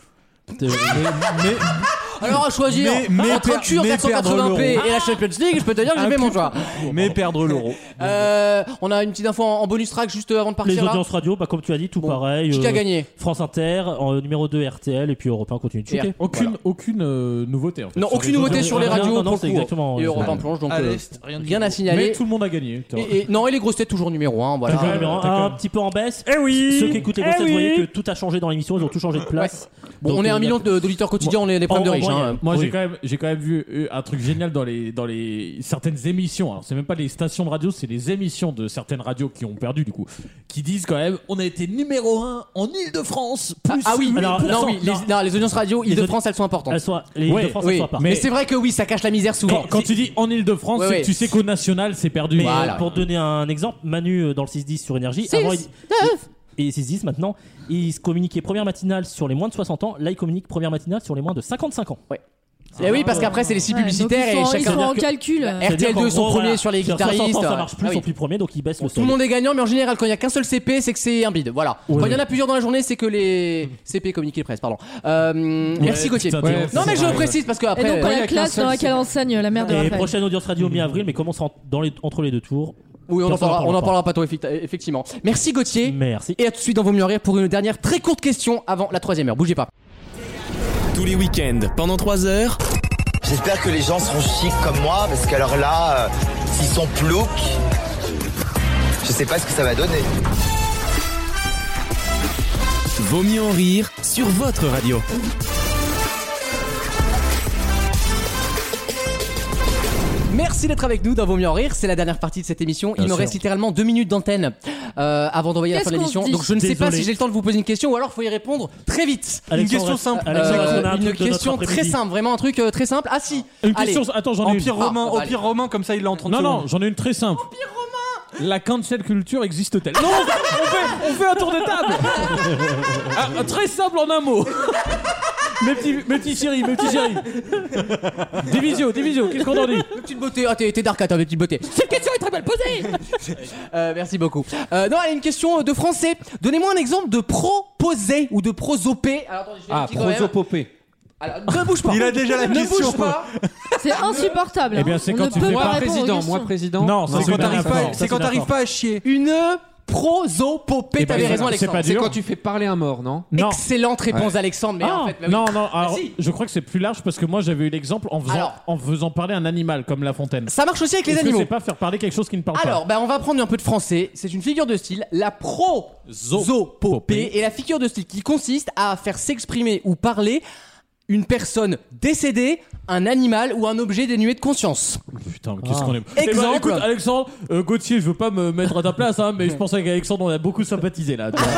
Alors, à choisir
Mais- mais
entre
per-
Cure
mais
480p
perdre
et la Champions League, je peux te dire que j'ai fait mon choix.
mais perdre l'euro.
Euh, on a une petite info en, en bonus track juste avant de
Les
partir. là.
audiences radio, bah, comme tu as dit, tout
Bon.
pareil.
Qui a
euh,
gagné
France Inter, en numéro 2 RTL, et puis Europe 1 continue de
Et
shooter.
Aucune, aucune euh, nouveauté. En fait,
Non,
sur
aucune
les
nouveauté
autres-
sur les
non, non,
radios
non,
pour
c'est
le coup.
exactement,
Et
c'est
Europe
ça.
1 plonge, donc
À
euh,
l'Est, rien de
rien à
Mais
signaler.
tout le monde a gagné. t'as raison.
Et- et- non, et les grosses têtes toujours numéro 1,
Toujours
voilà.
numéro un,
t'as
un
comme-
petit peu en baisse.
Eh oui
Ceux qui écoutent les
Eh
grosses têtes, vous
oui
voyez que tout a changé dans l'émission, ils ont tout changé de place.
Bon,
Donc,
on est
euh,
un million de- d'auditeurs quotidiens, on est des problèmes de
en- en
riches. hein.
moyenne.
Moi,
Oui.
j'ai quand même, j'ai quand même vu euh, un truc génial dans les, dans les certaines émissions. Alors, c'est même pas les stations de radio, c'est les émissions de certaines radios qui ont perdu du coup, qui disent quand même, on a été numéro 1 en Ile-de-France. Plus
Ah oui, alors,
8%.
non, oui, les, non, les audiences radio,
Les
Île-de-France, elles sont importantes.
Elles sont- les
Ouais,
de France,
oui,
elles sont à part.
mais
Mais-
c'est vrai que oui, ça cache la misère souvent.
Quand, quand tu dis en Ile-de-France,
Ouais,
c'est
ouais.
que tu sais qu'au national, c'est perdu.
Mais
Voilà.
euh, pour donner un exemple, Manu euh, dans le 6-10 sur Énergie, avant, il- et 6-10 maintenant, il se communiquait première matinale sur les moins de 60 ans, là il communique première matinale sur les moins de 55 ans.
Eh oui, parce qu'après, c'est les sites
Ouais,
publicitaires
donc ils sont,
et
ils sont
chacun.
en calcul.
RTL2
C'est-à-dire qu'en
sont
gros,
premiers sur les
60 ans,
guitaristes,
ça
ouais.
marche plus,
Ah
ils
oui.
sont plus premiers, donc ils baissent le
Tout le
solde.
monde est gagnant, mais en général, quand il y a qu'un seul CP, c'est que c'est un bide. Voilà.
Ouais,
quand il y en
ouais.
a plusieurs dans la journée, c'est que les CP communiqués presse, pardon. Euh, merci Gauthier.
putain,
Ouais,
t'es-
Non, mais je
Ouais.
précise parce que
Et
après.
donc, pas
y a
la
qu'un
classe
seul,
dans
c'est-
laquelle enseigne la mère de
Et
Raphaël.
prochaine audience radio
Mmh.
mi-avril, mais commence en- dans les, entre les deux tours.
Oui, on en
Personne n'en
parlera, on en
parlera
parlera pas trop, effecti- effectivement. Merci Gauthier.
Merci.
Et à tout de suite dans Vos Mieux en Rire pour une dernière très courte question avant la troisième heure. Bougez pas.
Tous les week-ends, pendant 3 heures,
J'espère que les gens seront chics comme moi, parce qu'alors là, euh, s'ils sont ploucs, je sais pas ce que ça va donner.
Vaut mieux en rire sur votre radio.
Merci d'être avec nous dans Vos Mieux en Rire. C'est la dernière partie de cette émission. Il me reste littéralement deux minutes d'antenne euh, avant d'envoyer la
Qu'est-ce
fin de
qu'on
l'émission.
se dit
Donc je ne sais pas
Désolé.
si j'ai le temps de vous poser une question ou alors faut y répondre très vite.
Alexandre,
question
euh,
simple.
Alexandre,
Euh,
on a un
une
truc de notre
question très
après-midi.
simple, vraiment un truc euh, très simple. Ah si.
Une
Allez.
question. Attends, j'en ai une.
Empire
Ah,
romain,
on va
Empire romain, comme ça il l'a en 30
Non,
secondes.
non, j'en ai une très simple. Empire romain La cancel culture existe-t-elle Non, on fait, on fait un tour de table Ah, Très simple en un mot Mes petits, mes petits chéris, mes petits chéris Divisio, Divisio, qu'est-ce qu'on en dit
Petite beauté. Ah t'es t'es dark, attends, petite beauté.
Cette question est très mal posée
Euh, merci beaucoup. Euh, non, allez, une question euh, de français. Donnez-moi un exemple de proposé ou de prosopé. Alors attendez, je fais
Ah,
un petit quand même.
prosopopée.
Alors, ne bouge pas.
Il a déjà la
ne
question.
bouge pas.
C'est insupportable.
Eh bien,
hein.
c'est
On
quand
ne
tu
peut
fais
pas
pas
répondre aux
Président,
questions.
moi président.
Non, ça,
C'est
c'est
quand t'arrives
d'accord,
pas,
ça,
c'est quand
c'est
t'arrives
d'accord.
pas à chier.
Une prosopopée.
Eh ben,
T'avais
c'est
raison,
pas- c'est
Alexandre.
pas
C'est
dur.
quand tu fais parler un mort, non
Non.
Excellente réponse, Alexandre. Mais en fait, bah oui.
non, non, alors,
si.
je crois que c'est plus large parce que moi j'avais eu l'exemple en faisant,
Alors.
en faisant parler un animal comme La Fontaine.
Ça marche aussi avec les
Est-ce que
animaux.
c'est pas faire parler quelque chose qui ne parle
Alors, bah, on va prendre un peu de français. C'est une figure de style, la prosopopée, et la figure de style qui consiste à faire s'exprimer ou parler une personne décédée, un animal ou un objet dénué de conscience.
pas Oh, Putain, mais qu'est-ce qu'on est. Eh
Ah.
ben,
Exemple.
écoute, Alexandre, euh, Gauthier, je veux pas me mettre à ta place, hein, mais je pense qu'Alexandre, on a beaucoup sympathisé là. tu vois.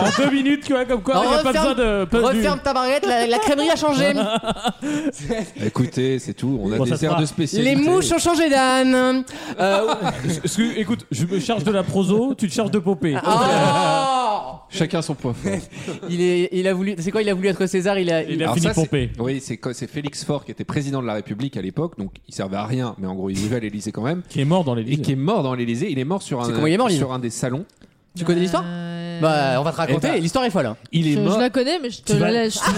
en deux minutes, tu vois, comme quoi,
Non,
il n'y a pas
referme-
besoin de. pas du-
Referme ta barrette, la, la crèmerie a changé.
Écoutez, c'est tout. On a
Bon, ça
des
se
airs
fera.
de spécialité.
Les mouches ont changé d'âne. Euh,
Parce que, écoute, je me charge de la proso, tu te charges de popée.
Ah. oh
Chacun son point. fort.
il, est, il a voulu. C'est quoi Il a voulu être César. Il a.
Il a
Alors
fini
ça, c'est-
pompé.
Oui, c'est quoi- c'est Félix Faure qui était président de la République à l'époque, donc il servait à rien, mais en gros il vivait à l'Élysée quand même,
Qui est mort dans
et
les
qui est mort dans l'Élysée. Il est mort sur
C'est comment il est
un
mort, lui
sur un des salons.
Tu connais l'histoire
Euh,
Bah, on va te raconter.
Eh ben-
L'histoire est folle. hein.
Il
je,
est
je
mort.
la connais, mais je te
Tu vas-
la laisse.
Ah,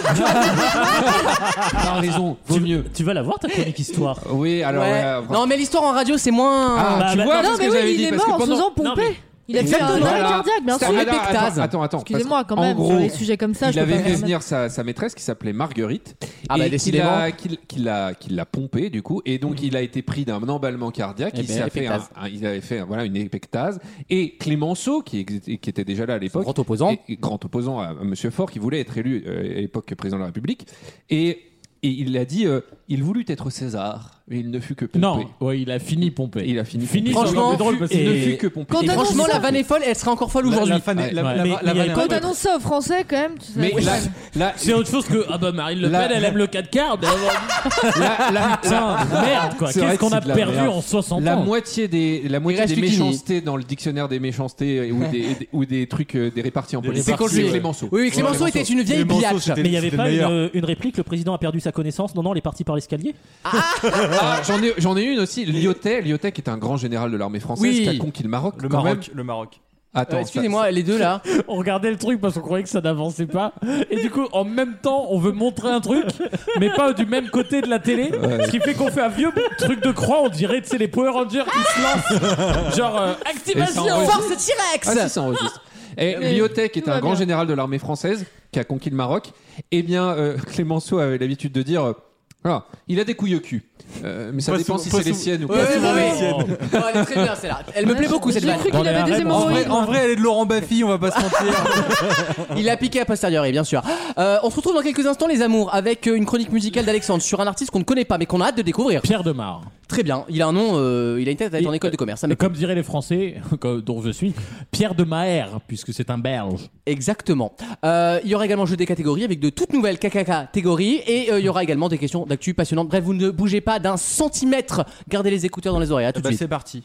T'as raison. Vaut mieux.
Tu vas la voir ta chronique histoire.
Oui, alors.
Ouais.
ouais, enfin-
Non, mais l'histoire en radio, c'est moins.
Ah,
Bah,
tu
bah,
vois
non,
parce
mais
que
oui,
j'avais
il
dit
est
parce que
mort en se
pendant-
faisant pomper.
Non, mais-
Il a fait un
Exactement.
arrêt
Voilà.
cardiaque, bien
C'est
sûr.
un
Alors,
Épictase.
attends, attends, attends, parce
Excusez-moi quand
qu'en
même, sur
gros,
les sujets comme ça,
il
je peux
avait
pas
fait
me permettre.
venir sa, sa maîtresse qui s'appelait Marguerite
Ah bah,
et qui
décidément.
l'a qu'il- qu'il l'a- qu'il l'a pompé du coup et donc il a été pris d'un emballement cardiaque
Eh
il,
ben,
s'est fait un-
épectase.
un- il avait fait un- voilà une épectase et Clémenceau qui, ex- qui était déjà là à l'époque
Grand opposant.
et- et grand opposant à, M. Monsieur Faure qui voulait être élu euh, à l'époque président de la République et, et il a dit euh, il voulut être César mais il ne fut que pompé.
Non, ouais, il a fini pompé.
Il a fini
Fini
pompé.
sur le drôle parce que-
il ne
Et-
fut que pompé.
Quand
Et
t'as
franchement,
Franchement, la vanne est folle, elle serait encore folle aujourd'hui.
fan est- la- la- la- la vanne est
Quand t'annonces ça aux Français, quand même, tu sais.
Mais là, là,
C'est autre chose que ah bah Marine Le Pen,
La-
elle aime le 4 quarts. mais-
la- la-
Putain,
la-
merde, quoi.
C'est vrai
Qu'est-ce
que
qu'on
c'est
a
de la
perdu
merde.
en 60
hein.
La
ans
moitié des, la moitié des
reste Lucchini.
méchancetés dans le dictionnaire des méchancetés et- ou des, et des- ou des trucs, euh, des répartis en
Des
politique,
répartis,
c'est
ouais.
Clémenceau.
Oui, oui, Clémenceau était une vieille biatch.
Mais il n'y avait pas
euh,
une, une réplique, le président a perdu sa connaissance. Non, non, il est parti par l'escalier.
Ah, J'en ai, j'en ai une aussi. Lyotet, Lyotet qui est un grand général de l'armée française
Oui.
qui a conquis le Maroc.
Le
quand même.
Maroc, le Maroc.
Attends,
Euh, Excusez-moi, les deux là.
On regardait le truc parce qu'on croyait que ça n'avançait pas. Et du coup, en même temps, on veut montrer un truc, mais pas du même côté de la télé.
Ouais.
Ce qui fait qu'on fait un vieux truc de croix, on dirait, tu sais, les Power Rangers qui se lancent. Genre, euh, activation
Et ça enregistre.
Force T-Rex
Ah, si, ça enregistre. Et
Mais
Lyotet, qui est
tout
un
va
grand
bien.
général de l'armée française, qui a conquis le Maroc, eh bien, euh, Clémenceau avait l'habitude de dire euh, Ah, il a des couilles au cul. Euh, mais ça
Pas
dépend
sou-
si
pas
c'est les
sou-
siennes ou
Ouais,
pas.
ouais, ouais.
Oh.
Oh, Elle est très bien celle-là. Elle me plaît beaucoup cette
J'ai
vanne.
cru qu'il avait des
En vrai,
hémorroïdes.
en vrai, elle est de Laurent Baffy, on va pas se mentir.
Il a piqué à posteriori, bien sûr. Euh, on se retrouve dans quelques instants, les amours, avec euh, une chronique musicale d'Alexandre sur un artiste qu'on ne connaît pas, mais qu'on a hâte de découvrir.
Pierre Demar.
Très bien. Il a un nom, euh, il a une tête à être
Il-
en école de commerce. ça me-
Comme diraient les Français, comme- dont je suis, Pierre de Maher, puisque c'est un Belge.
Exactement. Euh, il y aura également un jeu des catégories avec de toutes nouvelles KKK catégories et euh, il y aura également des questions d'actu passionnantes. Bref, vous ne bougez pas d'un centimètre. Gardez les écouteurs dans les oreilles. À tout de
Bah,
suite.
c'est parti.